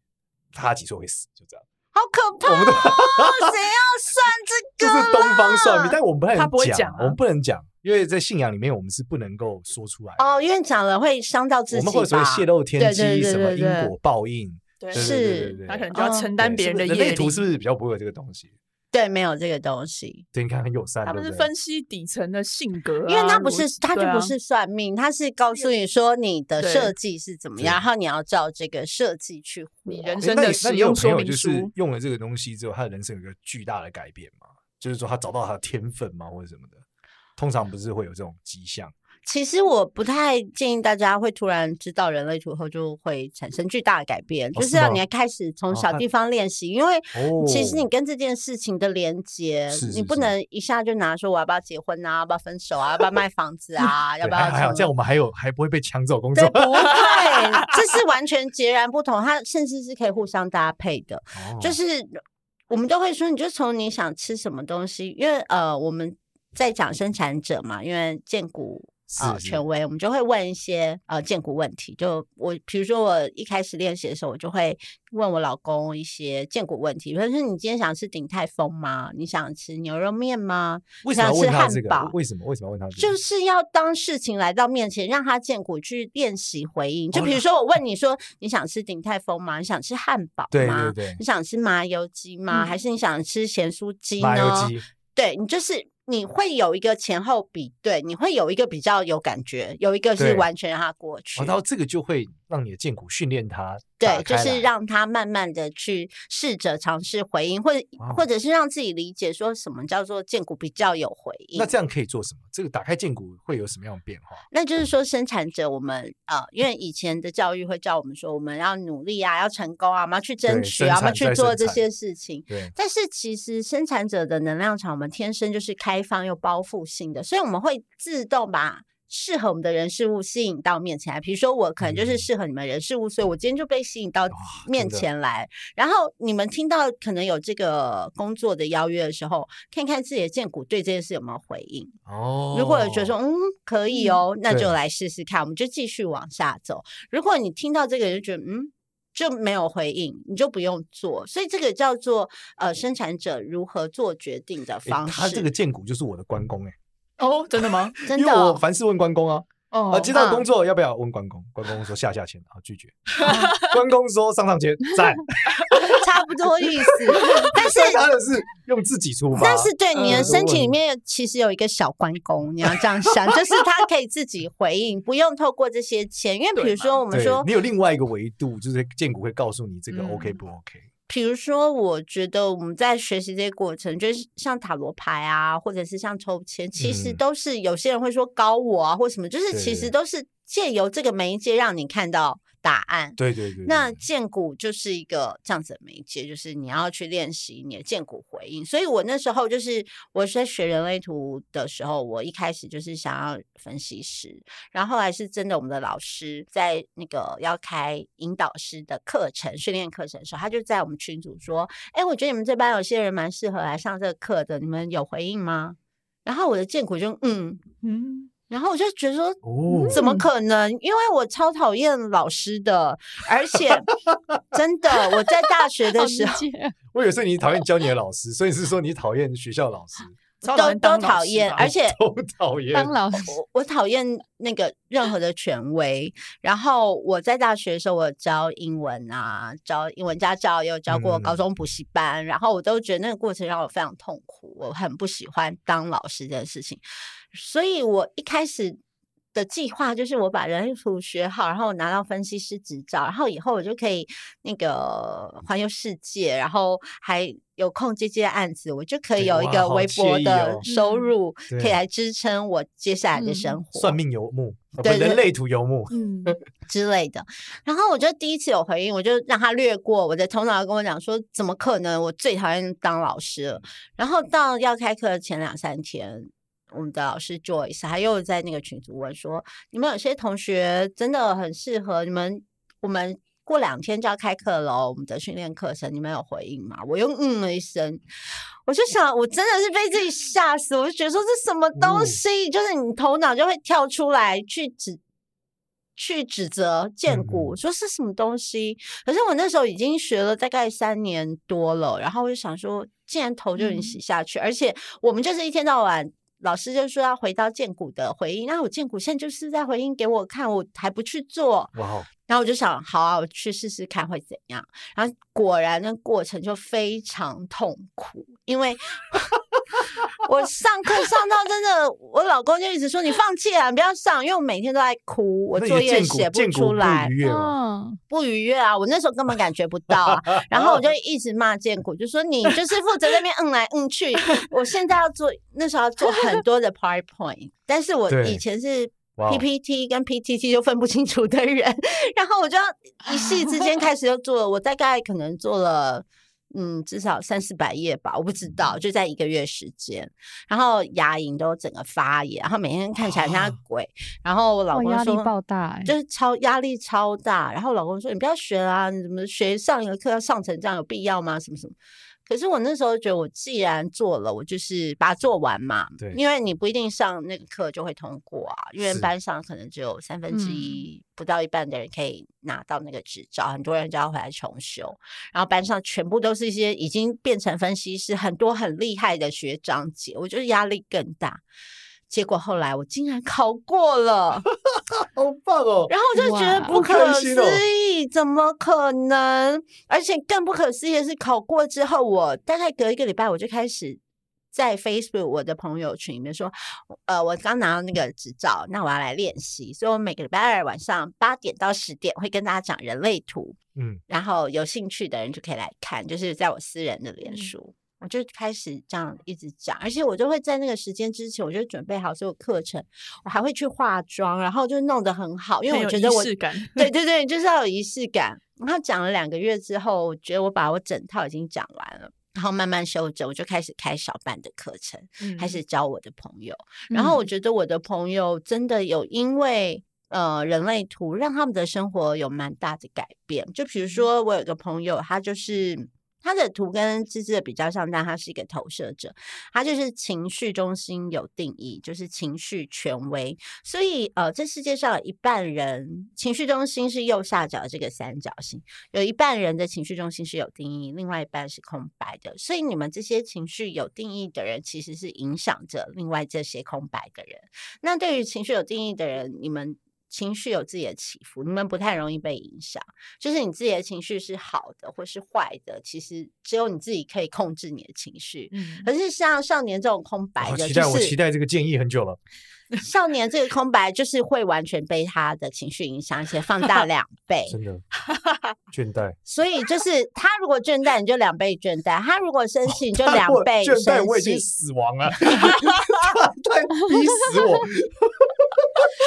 他几岁会死，就这样。好可怕们都哦！就谁要是算这个？东方算命，但我们不太他能不会讲，讲啊我们不能讲，因为在信仰里面我们是不能够说出来的。哦，因为讲了会伤到自我己吧。们会有所谓泄露天对对机，对什么对因对果报应，对对对是对对对他可能就要哦承担对别人的是不是人业类图力是不是比较不会有这个东西？对，没有这个东西，对，你看很友善，他们对是不对分析底层的性格啊、因为他不逻是，辑他就对啊不是算命，他是告诉你说你的对设计是怎么样，对然后你要照这个设计去活。你人诶生哎那的你那使你有用朋说友明就是书。用了这个东西之后，他的人生有一个巨大的改变嘛？就是说他找到他的天分嘛，或者什么的。通常不是会有这种迹象，其实我不太建议大家会突然知道人类图后就会产生巨大的改变，哦就是是要吗你开始从哦小那地方练习，因为哦其实你跟这件事情的连接，是你是不是能一下就拿说我要不要结婚啊，要不要分手啊，要不要卖房 子啊，要对不还要还好，什这样么我们还有还不会被抢走工作对，。不会，这是完 全截然不同，它甚至是可以互相搭配的。哦就是我们都会说，你就从你想吃什么东西，因为呃，我们在讲生产者嘛，因为建股。呃，是是权威，我们就会问一些呃建股问题。就我，比如说我一开始练习的时候，我就会问我老公一些建股问题，比如说你今天想吃鼎泰丰吗？你想吃牛肉面吗？为什么要像问是他汉这个堡？为什么为什么要问他这个？就是要当事情来到面前，让他见骨去练习回应。就哦比如那说，我问你说你想吃鼎泰丰吗？你想吃汉堡吗？对对对你想吃麻油鸡吗？嗯还是你想吃咸酥鸡麻呢油？鸡，哦对你就是你会有一个前后比对，你会有一个比较有感觉，有一个对是完全让他过去哦，。然后这个就会让你的剑骨训练他打开对，就来，是让他慢慢的去试着尝试回应，或者哇或者是让自己理解说什么叫做见骨比较有回应。那这样可以做什么？这个打开剑骨会有什么样的变化？那就是说，生产者我们呃，因为以前的教育会叫我们说，我们要努力啊，要成功啊，我们要去争对取生啊，我产们去再做生这产些事情。对，但是其实生产者的能量场，我们天生就是开放又包覆性的，所以我们会自动把适合我们的人事物吸引到面前来。比如说，我可能就是嗯适合你们人事物，所以我今天就被吸引到哇面真的前来。然后你们听到可能有这个工作的邀约的时候，看看自己的荐骨对这件事有没有回应。哦，如果有觉得说嗯可以哦，那就对来试试看，我们就继续往下走。如果你听到这个就觉得嗯就没有回应，你就不用做。所以这个叫做呃生产者如何做决定的诶方式。他这个剑骨就是我的关公哎，哦，真的吗？真因的为我哦、凡事问关公啊，哦啊，接到嗯工作要不要问关公？关公说下下签，啊拒绝。 关公说上上签，赞。差不多意思， 但是。他的是用自己出发，但是对你的嗯身体里问面其实有一个小关公，你要这样想，就是他可以自己回应，不用透过这些钱。因为比对如嘛说我们对说你有另外一个维度，就是建骨会告诉你这个嗯 OK 不 OK。比如说，我觉得我们在学习这些过程，就是像塔罗牌啊，或者是像抽签，其实嗯都是有些人会说高我啊，或什么，就是对其对实对都是借由这个媒介让你看到答案。对对对，那对剑骨就是一个这样子的媒介，就是你要去练习你的剑骨回应。所以我那时候就是我在学人类图的时候，我一开始就是想要分析师，然后后来是真的我们的老师在那个要开引导师的课程训练课程的时候，他就在我们群组说：“哎，我觉得你们这班有些人蛮适合来上这个课的，你们有回应吗？”然后我的剑骨就嗯，嗯， 然后我就觉得说哦，怎么可能？因为我超讨厌老师的，而 且真的，我在大学哦的时候我以为是你讨厌教你的老师，所以是说你讨厌学校老师，超都难都当老讨师啊厌，吧而且都讨厌。当老师我我讨厌那个任何的权威。然后我在大学的时候，我教英文啊，教英文家教，也有教过嗯高中补习班，然后我都觉得那个过程让我非常痛苦，我很不喜欢当老师这件事情。所以我一开始的计划就是我把人类图学好，然后我拿到分析师执照，然后以后我就可以那个环游世界，然后还有空接接案子，我就可以对有一哇个好微惬薄意的哦收嗯入，可以对来支撑我接下来的嗯生活。算命游牧，呃不对对人类图游牧，嗯，之类的。然后我就第一次有回应，我就让他略过。我的头脑跟我讲说，怎么可能？我最讨厌当老师了。然后到要开课的前两三天。我们的老师 Joyce，他又在那个群组问说：“你们有些同学真的很适合你们，我们过两天就要开课喽，我们的训练课程，你们有回应吗？”我又嗯了一声，我就想，我真的是被自己吓死，我就觉得说这什么东哦西，就是你头脑就会跳出来去指去指责建嗯骨，嗯说是什么东西。可是我那时候已经学了大概三嗯年多了，然后我就想说，既然头就已经洗下去，而且我们就是一天到晚。老师就说要回到建谷的回应，那我建谷现在就是在回应给我看，我还不去做，哇哦，然后我就想，好啊，我去试试看会怎样。然后果然那过程就非常痛苦，因为我上课上到真的，我老公就一直说你放弃啊，你不要上，因为我每天都在哭，我那你作的业剑骨写剑骨出来哦不，愉悦吗？嗯，不愉悦啊，我那时候根本感觉不到 啊。然后我就一直骂建谷，就说你就是负责那边嗯来嗯去，我现在要做那时候要做很多的 PowerPoint，但 是我对以前是哇哦 PPT 跟 PTT 就分不清楚的人，然后我就要一夕之间开始就做了，我大概可能做了。嗯，至少三四百页吧，我不知道，就在一个月时间，然后牙龈都整个发炎，然后每天看起来哦像鬼，然后我老我公压力说爆大哎、就是超压力超大。然后我老公说：“你不要学啦、你怎么学上一个课要上成这样，有必要吗？什么什么。”可是我那时候觉得，我既然做了，我就是把它做完嘛。对因为你不一定上那个课就会通过啊，因为是嗯班上可能只有三分之一、不到一半的人可以拿到那个执照，很多人就要回来重修。然后班上全部都是一些已经变成分析师，很多很厉害的学长姐，我觉得压力更大。结果后来我竟然考过了。好棒哦！然后我就觉得哇不好可开思心哦议，怎么可能？而且更不可思议的是，考过之后，我大概隔一个礼拜，我就开始在 Facebook 我的朋友群里面说，呃，我刚拿到那个执照，那我要来练习，所以我每个礼拜二晚上八点到十点会跟大家讲人类图，嗯，然后有兴趣的人就可以来看，就是在我私人的脸嗯书。我就开始这样一直讲，而且我就会在那个时间之前，我就准备好所有课程，我还会去化妆，然后就弄得很好，因为很我有觉得仪我式感对对对，就是要有仪式感。然后讲了两个月之后，我觉得我把我整套已经讲完了，然后慢慢修正，我就开始开小班的课程，开始教我的朋友。然后我觉得我的朋友真的有因为呃人类图让他们的生活有蛮大的改变。就比如说我有个朋友，他就是。他的图跟芝芝的比较像，但他是一个投射者，他就是情绪中心有定义，就是情绪权威。所以呃，这世界上有一半人情绪中心是右下角这个三角形，有一半人的情绪中心是有定义，另外一半是空白的。所以你们这些情绪有定义的人，其实是影响着另外这些空白的人。那对于情绪有定义的人，你们。情绪有自己的起伏，你们不太容易被影响。就是你自己的情绪是好的或是坏的，其实只有你自己可以控制你的情绪。嗯可是像少年这种空白我的，哦期就待是。我期待这个建议很久了。少年这个空白就是会完全被他的情绪影响，而且放大两倍。真 的倦怠，所以就是他如果倦怠，你就两倍倦怠；他如果生气，你就两我倍倦怠，生我已经气。死亡 了，他他逼死我，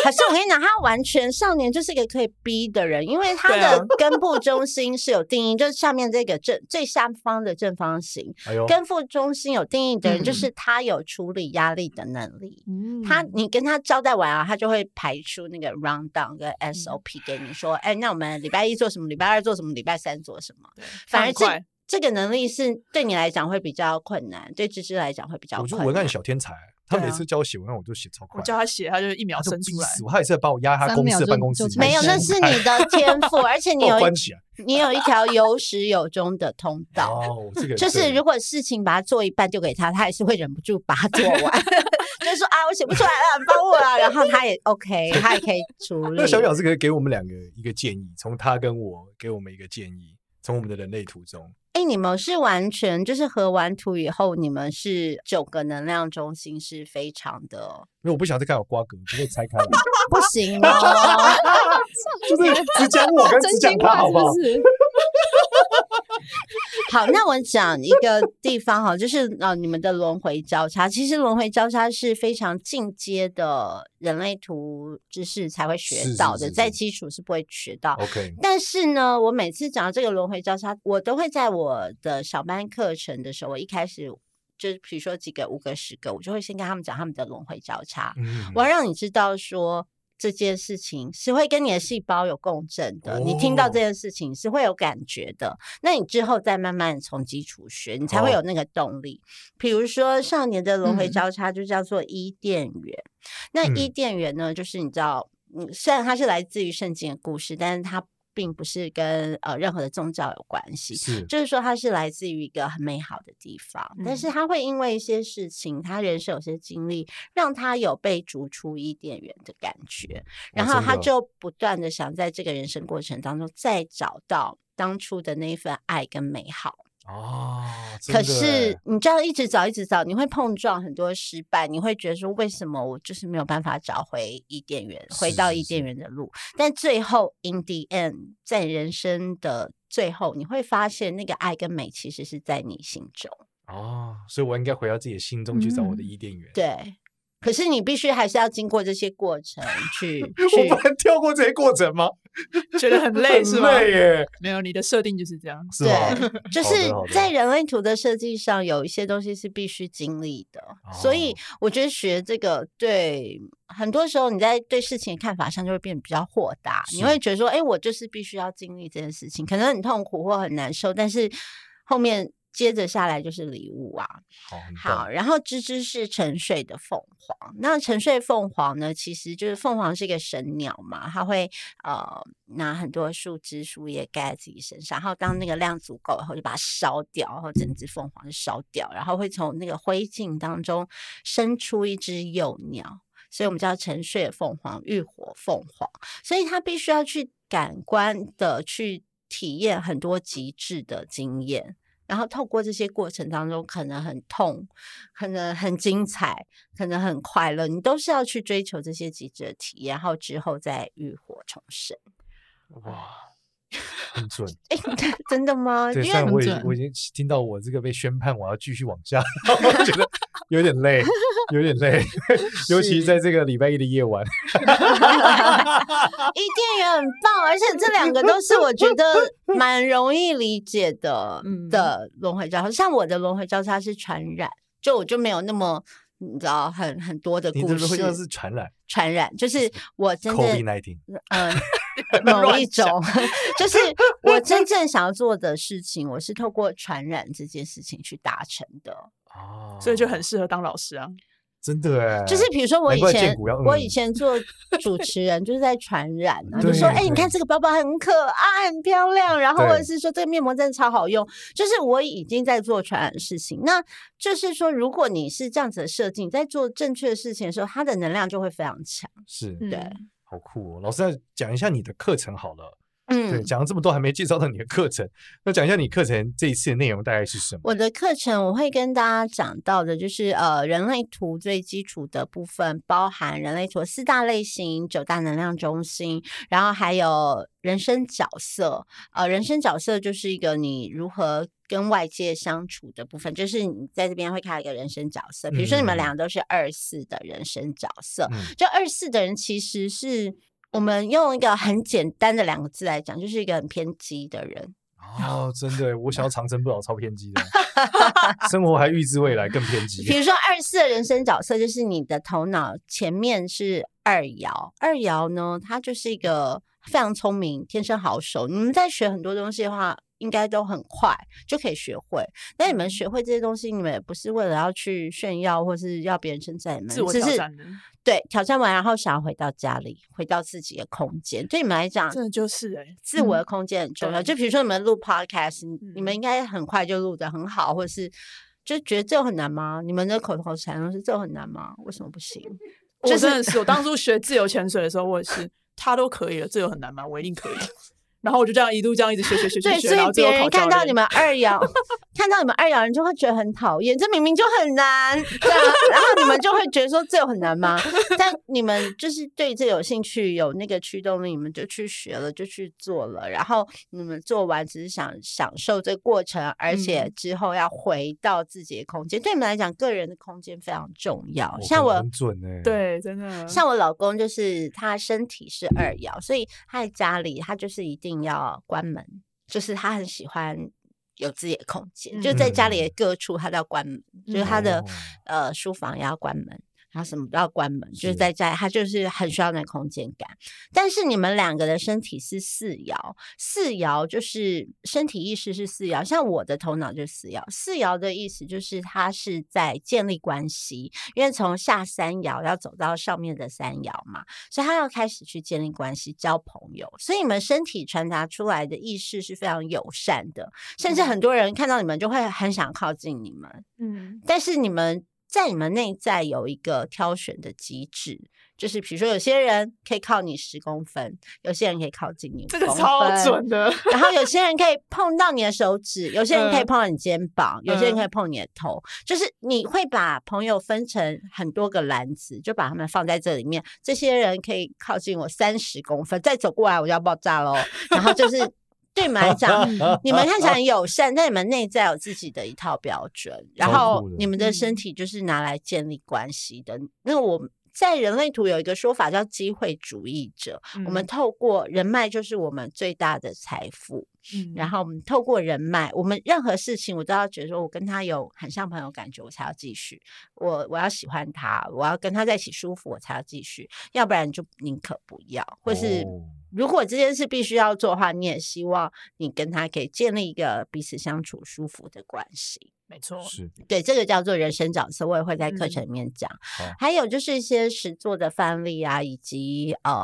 可是我跟你讲，他完全少年就是一个可以逼的人，因为他对啊的根部中心是有定义，就是下面这个正最下方的正方形，哎呦，根部中心有定义的人，就嗯是他有处理压力的能力。嗯他你跟他交代完啊，他就会排出那个 round down 嗯跟 SOP 给你说，哎、那我们礼拜一做什么，礼拜二做什么，礼拜三做什么。反而很这快这个能力是对你来讲会比较困难，对芝芝来讲会比较我就困文难案。小天才，他对啊每次教我写文案，我就写超快我，叫他写，他就一秒他就生逼出来。死我，他也是把我压在他三公秒司的没就办公室就里面，没有，那是你的天 赋，而且你把我有关一起来。你有一条有始有终的通道。哦，这个就是如果事情把它做一半丢给他，他还是会忍不住把它做完， 就是说啊，我写不出来了，你帮我了，然 后他也 OK，他也可以处理。那小米老师可以给我们两个一个建议，从他跟我给我们一个建议，从我们的人类图中，哎，你们是完全就是合完图以后，你们是九个能量中心是非常的因为我不想再看我瓜葛，就被拆 开了，不行哦，就是只讲我跟只真讲心他，话好是不好不？是？好，那我讲一个地方哈，就是呃，你们的轮回交叉，其实轮回交叉是非常进阶的人类图知识才会是学是到的，是在是基础是不会学到。 OK，但是呢，我每次讲到这个轮回交叉，我都会在我的小班课程的时候，我一开始就是比如说几个、五个、十个，我就会先跟他们讲他们的轮回交叉。嗯我要让你知道说这件事情是会跟你的细胞有共振的，你听到这哦件事情是会有感觉的。那你之后再慢慢从基础学，你才会好有那个动力。比如说少年的轮回嗯交叉就叫做伊甸园，那伊嗯甸园呢，就是你知道，嗯，虽然它是来自于圣经的故事，但是它。并不是跟呃任何的宗教有关系，是就是说它是来自于一个很美好的地方，但嗯是他会因为一些事情，他人生有些经历，让他有被逐出伊甸园的感觉，然后哦真他的就不断的想在这个人生过程当中再找到当初的那一份爱跟美好。哦，真可的是欸你这样一直找，一直找，你会碰撞很多失败，你会觉得说，为什么我就是没有办法找回伊甸园，回是到是伊甸是园的路？但最后，in the end，在人生的最后，你会发现那个爱跟美其实是在你心中。哦，所以我应该回到自己的心中去找我的伊甸园。，嗯对，可是你必须还是要经过这些过程去去 我不。能跳过这些过程吗？觉得很累很是吗？累耶，没有，你的设定就是这哦样。是吗？对，就好是的好的在人类图的设计上，有一些东西是必须经历的，所以哦我觉得学这个对很多时候你在对事情的看法上就会变得比较豁达，你是会觉得说，哎，我就是必须要经历这件事情，可能很痛苦或很难受，但是后面接着下来就是礼物啊，好，很好，棒，然后芝芝是沉睡的凤凰。那沉睡凤凰呢，其实就是凤凰是一个神鸟嘛，它会呃拿很多树枝、树叶盖在自己身上，然后当那个量足够以后，就把它烧掉，然后整只凤凰就烧掉，然后会从那个灰烬当中生出一只幼鸟，所以我们叫沉睡的凤凰、浴火凤凰。所以它必须要去感官的去体验很多极致的经验。然后透过这些过程当中，可能很痛，可能很精彩，可能很快乐，你都是要去追求这些极致的体验，然后之后再浴火重生。哇，很准。哎， 真的吗？对，因虽为然我已很经我已经听到我这个被宣判，我要继续往下， 我觉得有点累，有点 累，尤其在这个礼拜一的夜晚。 伊甸园很棒，而且这两个都是我觉得蛮容易理解的嗯的轮回交叉。像我的轮回交叉是传染，就我就没有那么。你知道很很多的你故这个会像是事传染传染，就是我真正 COVID nineteen 嗯，某乱一种 讲，就是我真正想要做的事情，我是透过传染这件事情去达成的。哦，所以就很适合当老师啊。真的哎，就是比如说我难以怪前建谷要，我嗯以前做主持人就是在传染啊，就对说哎，你对看这个包包很可爱，很漂亮，然后或者对是说这个面膜真的超好用，就是我已经在做传染的事情。那就是说，如果你是这样子的设计，你在做正确的事情的时候，它的能量就会非常强。是对嗯好酷哦。老师，那讲一下你的课程好了。对，嗯，讲了这么多还没介绍到你的课程，那讲一下你课程这一次的内容大概是什么？我的课程我会跟大家讲到的，就是呃，人类图最基础的部分，包含人类图的四大类型、九大能量中心，然后还有人生角色。呃，人生角色就是一个你如何。跟外界相处的部分，就是你在这边会看到一个人生角色，比如说你们嗯俩都是二四的人生角色，嗯就二四的人其实是我们用一个很简单的两个字来讲，就是一个很偏激的人。哦，真的耶，我想要长生不老，超偏 激的，生活还预知未来更偏激。比如说二四的人生角色，就是你的头脑前面是二爻，二爻呢，它就是一个非常聪明、天生好手。你们在学很多东西的话，应该都很快就可以学会。那你嗯们学会这些东西，你们也不是为了要去炫耀，或是要别人称赞你们，自我只挑是嗯战的对挑战完，然后想要回到家里，回到自己的空间。对你们来讲，真的就是哎，自我的空间很重要。对就比如说你们录 podcast，你你们嗯应该很快就录得很好，或者是就觉得这很难吗？你们的口头禅都是这很难吗？为什么不行？我就是真的是，我当初学自由潜水的时候，我也是，他都可以了，自由很难吗？我一定可以。 然后我就这样一路这样一直学学学对，学学，所然后以最后别考人教看到练你 们二爻，看到你们二爻人就会觉得很讨厌，这明明就很难，对啊，然后你们就会觉得说这有很难吗？但你们就是对这有兴趣，有那个驱动力，你们就去学了，就去做了，然后你们做完只是想享受这个过程，而且嗯之后要回到自己的空间，对你们来讲，个人的空间非常重要。我像很我很准哎，，对，真的像我老公就是他身体是二爻，所以他在家里他就是一定要关门，就是他很喜欢有自己的空间，就在家里的各处他都要关门，就是他的、哦呃书房也要关门。然后什么都要关门，就是是在家，他就是很需要那空间感。但是你们两个的身体是四爻，四爻就是身体意识是四爻，像我的头脑就是四爻。四爻的意思就是它是在建立关系，因为从下三爻要走到上面的三爻嘛，所以他要开始去建立关系、交朋友。所以你们身体传达出来的意识是非常友善的，甚嗯至很多人看到你们就会很想靠近你们。嗯，但是你们在你们内在有一个挑选的机制，就是比如说有些人可以靠你十公分，有些人可以靠近你，这个超准。的，然后有些人可以碰到你的手指，有些人可以嗯碰到你肩膀，有些人嗯可以碰你的头，就是你会把朋友分成很多个篮子，就把他们放在这里面。这些人可以靠近我三十公分，再走过来我就要爆炸喽。然后就是对你们来讲，你们看起来很友善，但你们内在有自己的一套标准，然超后酷的你们的身嗯体就是拿来建立关系的。那我在人类图有一个说法叫机会主义者，嗯我们透过人脉就是我们最大的财富，嗯然后我们透过人脉，我们任何事情我都要觉得说我跟他有很像朋友感觉，我才要继续。我我要喜欢他，我要跟他在一起舒服，我才要继续，要不然就宁可不要，或是。哦如果这件事必须要做的话，你也希望你跟他可以建立一个彼此相处舒服的关系。没错，哦是对，这个叫做人生角色，我也会在课程里面讲。好还有就是一些实作的范例啊，以及呃，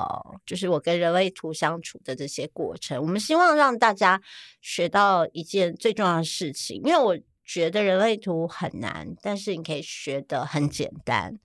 就是我跟人类图相处的这些过程。我们希望让大家学到一件最重要的事情，因为我觉得人类图很难，但是你可以学得很简单。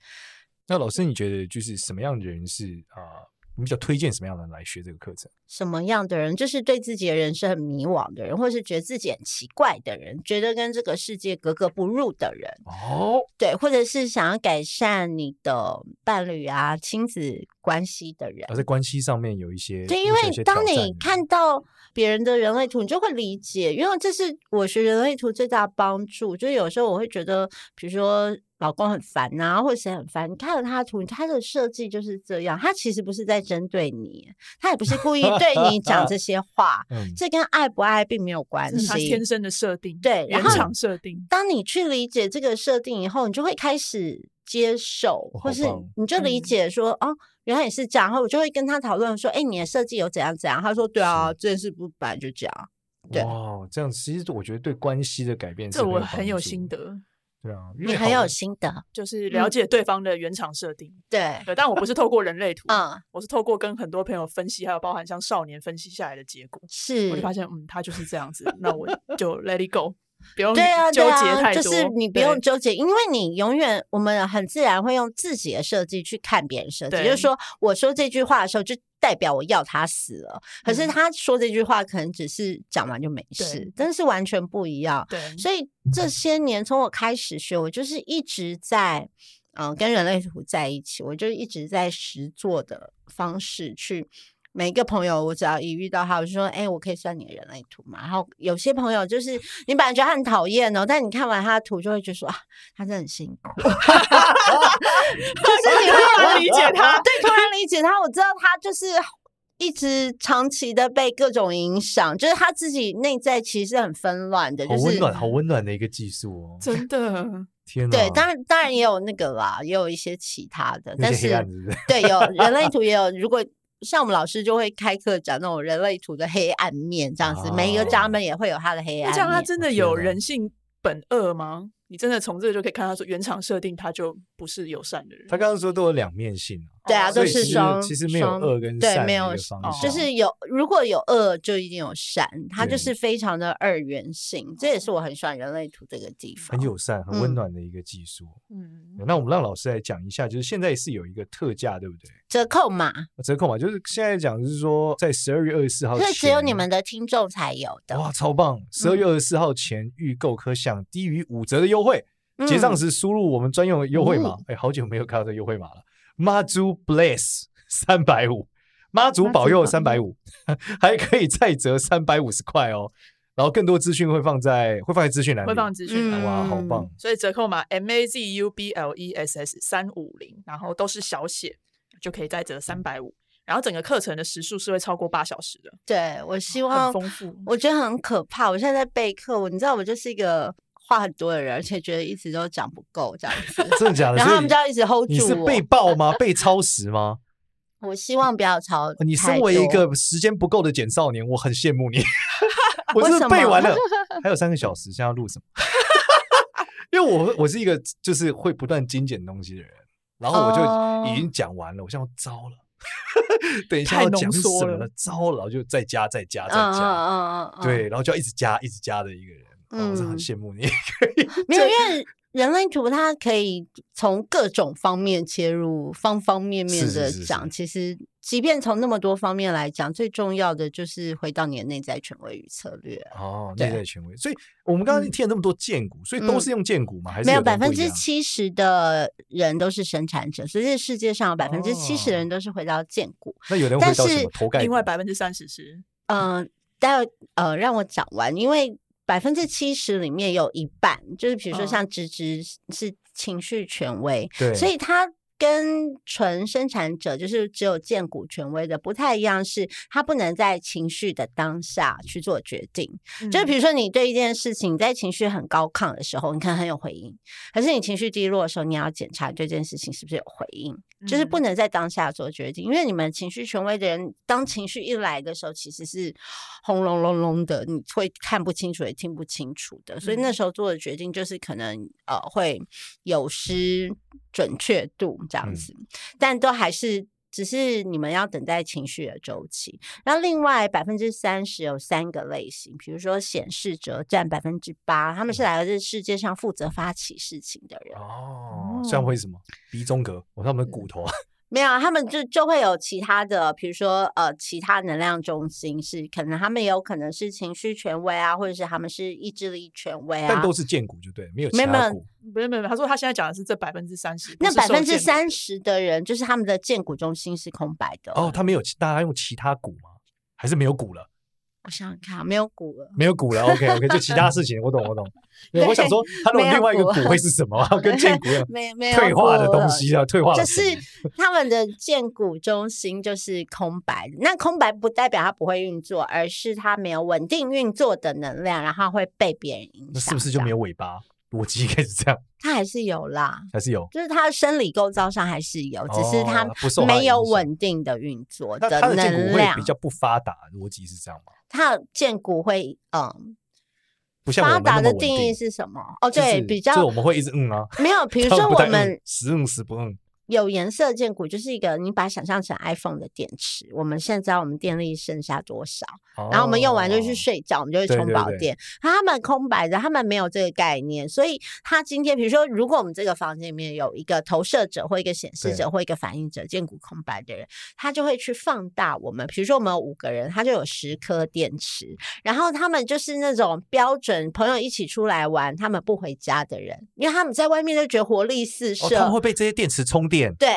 那老师，你觉得就是什么样的人是啊、呃你比较推荐什么样的人来学这个课程？什么样的人，就是对自己的人生很迷惘的人，或是觉得自己很奇怪的人，觉得跟这个世界格格不入的人，哦，对，或者是想要改善你的伴侣啊、亲子关系的人而。在关系上面有一些有对，因一为些当挑战你的，看到别人的人类图，你就会理解，因为这是我学人类图最大的帮助。就是有时候我会觉得，比如说老公很烦呐、或者谁很烦，你看了他的图，他的设计就是这样，他其实不是在针对你，他也不是故意对你讲这些话 嗯，这跟爱不爱并没有关这是他系天。生的设定，对然原后厂设定，当你去理解这个设定以后，你就会开始接受，哇或哦好是棒你就理嗯解说，哦，原来也是这样。然后我就会跟他讨论说，哎，你的设计有怎样怎样？他说，对啊，这件事不本来就这样。对哇，哦这样其实我觉得对关系的改变是这我很很有有心的。得，对啊，因你为很好有心得，就是嗯了解对方的原厂设定。对，对，但我不是透过人类图，嗯，我是透过跟很多朋友分析，还有包含像少年分析下来的结果，是我就，发现，嗯，他就是这样子，那我就 let it go，不用对啊，纠对结啊，太就多，是你不对用纠结，因为你永远我们很自然会用自己的设计去看别人设计，就是对说我说这句话的时候就。代表我要他死了，可是嗯他说这句话可能只是讲完就没事对，但是完全不一样。对，所以这些年从我开始学，我就是一直在，嗯、跟人类图在一起，我就一直在实做的方式去。每一个朋友，我只要一遇到他，我就说：“哎、我可以算你的人类图嘛？”然后有些朋友就是你本来觉得他很讨厌哦，但你看完他的图就会觉得说：“啊，他真的很辛 苦。”就是你突会然理解他对，突然理解他，我知道他就是一直长期的被各种影响，就是他自己内在其实很纷乱的，好就是温暖，好温暖的一个技术哦！真的，天哪，对，当然当然也有那个啦，也有一些其他的，嗯那但些黑是暗是不是？对 有人类图也有，如果。像我们老师就会开课讲那种人类图的黑暗面，这样子，每一个哦闸门也会有它的黑暗那这样他面。真我的觉有得人性本恶吗？你真的从这就可以看到说，原厂设定他就不是友善的人。他刚刚说都有两面性啊，对啊，所都所以以是其实双，其实没有双恶跟对，善没的一有个是哦方向就啊是有如果有恶就一定有善，它就对是非常的二元性，这也是我很喜欢人类图这个地方。很友善、很嗯温暖的一个技术。哦嗯，那我们让老师来讲一下，就是现在是有一个特价，对不对？折扣码，折扣嘛，就是现在讲就是说，在十二月二十四号这前，只有你们嗯的听众才有的。哇，超棒！十二月二十四号前预购可享低于五折的优惠，结账嗯时输入我们专用的优惠码嗯。哎，好久没有看到这个优惠码了，妈祖 bless 三百五，妈祖妈保祖佑保三百五， 还可以再折三百五十块哦。然后更多资讯会放在会放在资讯栏里，会放资讯栏。嗯哇，好棒！所以折扣码 M A Z U B L E S S 三五零，然后都是小写，就可以再折三百五。然后整个课程的时数是会超过八小时的，对我希很望丰富。我觉得很可怕。我现在在备课，我你知道我就是一个话很多的人，而且觉得一直都讲不够这样 子。真的假的？然后啊所以他们就要一直 hold 你是住我被爆吗？被超时吗？我希望不要吵。你身为一，个时间不够的简少年，我很羡慕你。 我为真的什背么完 了，还有三个小时，现在要录什么？ 因为我我是一个就是会不断精简东西的人，然后我就已哦经讲完了，我现在要糟了， 等一下太要浓讲什缩么了了？糟了，然后就再加再加嗯再嗯加，嗯嗯，嗯对，，然后就要一直加一直加的一个人，哇我是很嗯羡慕你。 没有，因为人类图它可以从各种方面切入，方方面面是是的是是讲。其实，即便从那么多方面来讲，最重要的就是回到你的内在权威与策略。哦，对嗯内在权威，所以我们刚刚听了那么多荐股，所以都是用荐股吗？还是没有的百人不分一之样七十的人都是生产者，所以这世界上有百分之七十哦的人都是回到建股。那有人但会到什是么头盖另骨外百分之三十是嗯，待会呃，让我讲完，因为百分之七十里面有一半，就是比如说嗯像直直是是情绪权威，对，所以它跟纯生产者就是只有见股权威的不太一样，是它不能在情绪的当下去做决定。就比如如说，你对一件事情，你在情绪很高亢的时候，你可能很有回应；可是你情绪低落的时候，你要检查对这件事情是不是有回应，就是不嗯能在当下做决定，因为你们情绪权威的人，当情绪一来的时候，其实是轰隆隆隆的，你会看不清楚，也听不清楚的，所以那嗯时候做的决定就是可能呃会有失准确度这样嗯子，但都还是。只是你们要等待情绪的周期，那另外百分之三十有三个类型，比如说显示者占百分之八，他们嗯是来自世界上负责发起事情的人，哦，像会什么鼻中隔，我看我们的骨头啊，没有啊，他们就就会有其他的，比如说呃，其他能量中心是可能他们也有可能是情绪权威啊，或者是他们是意志力权威啊，但都是荐股就对了，没有其没有没他有股。没有没有，他说他现在讲的是这百分之三十，那不百是受分之限三十的人就是他们的建股中心是空白的哦，他们有其大家用其他股吗？还是没有股了？我想想看啊，没有股了。没有 股了，OK OK，就其他事情，我懂我懂。没有我想说，他如果没有另外一个股股会是什 么啊？跟荐股一样没没有退化的股东了西啊，退化的 就词是他们的建股中心就是空白的。那空白不代表它不会运作，而是它没有稳定运作的能量，然后会被别人影响。那是不是就没有？有尾巴？逻辑应该是这样，它还是有啦，还是有？就是它生理构造上还是有，只是哦它不受它没有影响稳定的运作那他的荐能股会量比。较不发达，逻辑是这样吗？它的建股会嗯。不像我发们那达么的稳定义定。是什么？哦，就对，是比就是较我们会一直嗯啊，没 有。比如他说不我但嗯们时嗯时不嗯，有颜色建股就是一个，你把它想象成 iPhone 的电池。我们现在知道我们电力剩下多少，然后我们用完就去哦睡觉，我们就会对充对饱对电。他们空白的，他们没有这个概念，所以他今天，比如说，如果我们这个房间里面有一个投射者或一个显示对者或一个反应者，见骨空白的人，他就会去放大我们。比如说我们有五个人，他就有十颗电池，然后他们就是那种标准朋友一起出来玩，他们不回家的人，因为他们在外面就觉得活力四哦，他射，们会被这些电池充电，对。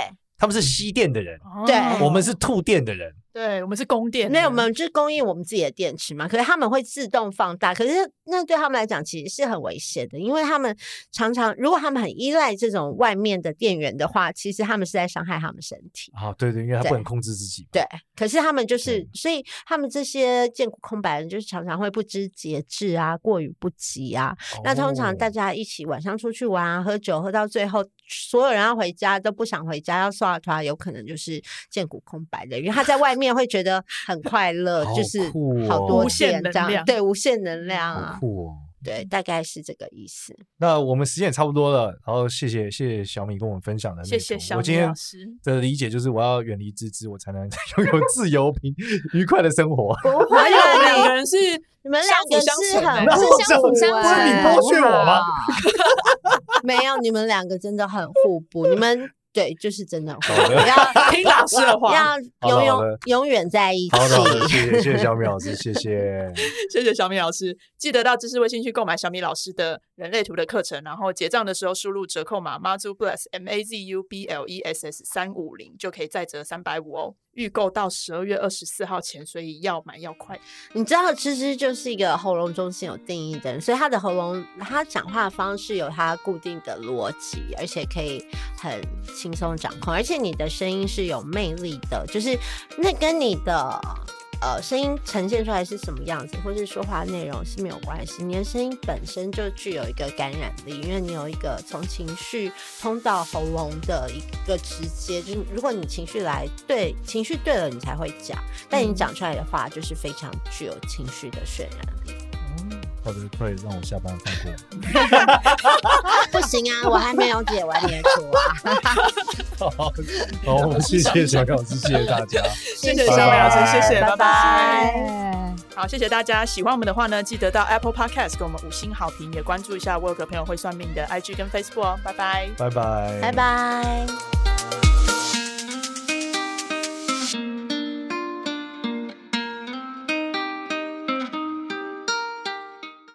他们是吸电的人，哦对我们是吐电的人。对，我们是供电的，没有，我们就是供应我们自己的电池嘛。可是他们会自动放大，可是那对他们来讲其实是很危险的，因为他们常常如果他们很依赖这种外面的电源的话，其实他们是在伤害他们身体。啊，对对，因为他对不能控制自己嘛。对，可是他们就是嗯，所以他们这些健骨空白人，就是常常会不知节制啊，过于不及啊。哦，那通常大家一起晚上出去玩啊，喝酒喝到最后，所有人要回家都不想回家，要刷团，有可能就是见骨空白的，因为他在外面会觉得很快乐，好就是酷哦好多无限电能这样量对，无限能量好啊，酷哦。对，大概是这个意思。那我们时间也差不多了，然后谢谢谢谢小米跟我们分享的内容。谢谢小我今米天老师 的理解就是，我要远离芝芝，我才能 拥有自由平愉快的生活。不哪有我们两个会，人是你们相两辅个相是成很欸那互我想补不是欸，你剥削我吗？没有，你们两个真的很互补，你们对，就是真的很互补，的要 听老师的话，要好的永好永的永远在一起。好的好的，谢谢谢谢小米老师，谢谢。 谢谢小米老师，记得到知识微信去购买小米老师的人类图的课程，然后结账的时候输入折扣码 mazubless m a z u b l e s s 三五零就可以再折三百五哦。预购到十二月二十四号前，所以要买要快。你知道芝芝就是一个喉咙中心有定义的人，所以他的喉咙，他讲话的方式有他固定的逻辑，而且可以很轻松掌控，而且你的声音是有魅力的，就是那跟你的呃声音呈现出来是什么样子，或是说话内容是没有关系，你的声音本身就具有一个感染力，因为你有一个从情绪通到喉咙的一个直接，就是如果你情绪来对情绪对了，你才会讲，但你讲出来的话就是非常具有情绪的渲染力。好的，Pray 让我下班放过。 不行啊，我还没有解完你的图啊。好，好，我们谢谢小高老师，谢谢大家。 谢谢小美老师，谢谢，拜拜拜。哎好，谢谢大家。喜欢我们的话呢，记得到 Apple Podcast 给我们五星好评，也关注一下我有个朋友会算命的 IG 跟 Facebook 哦。拜拜。拜拜，拜。拜。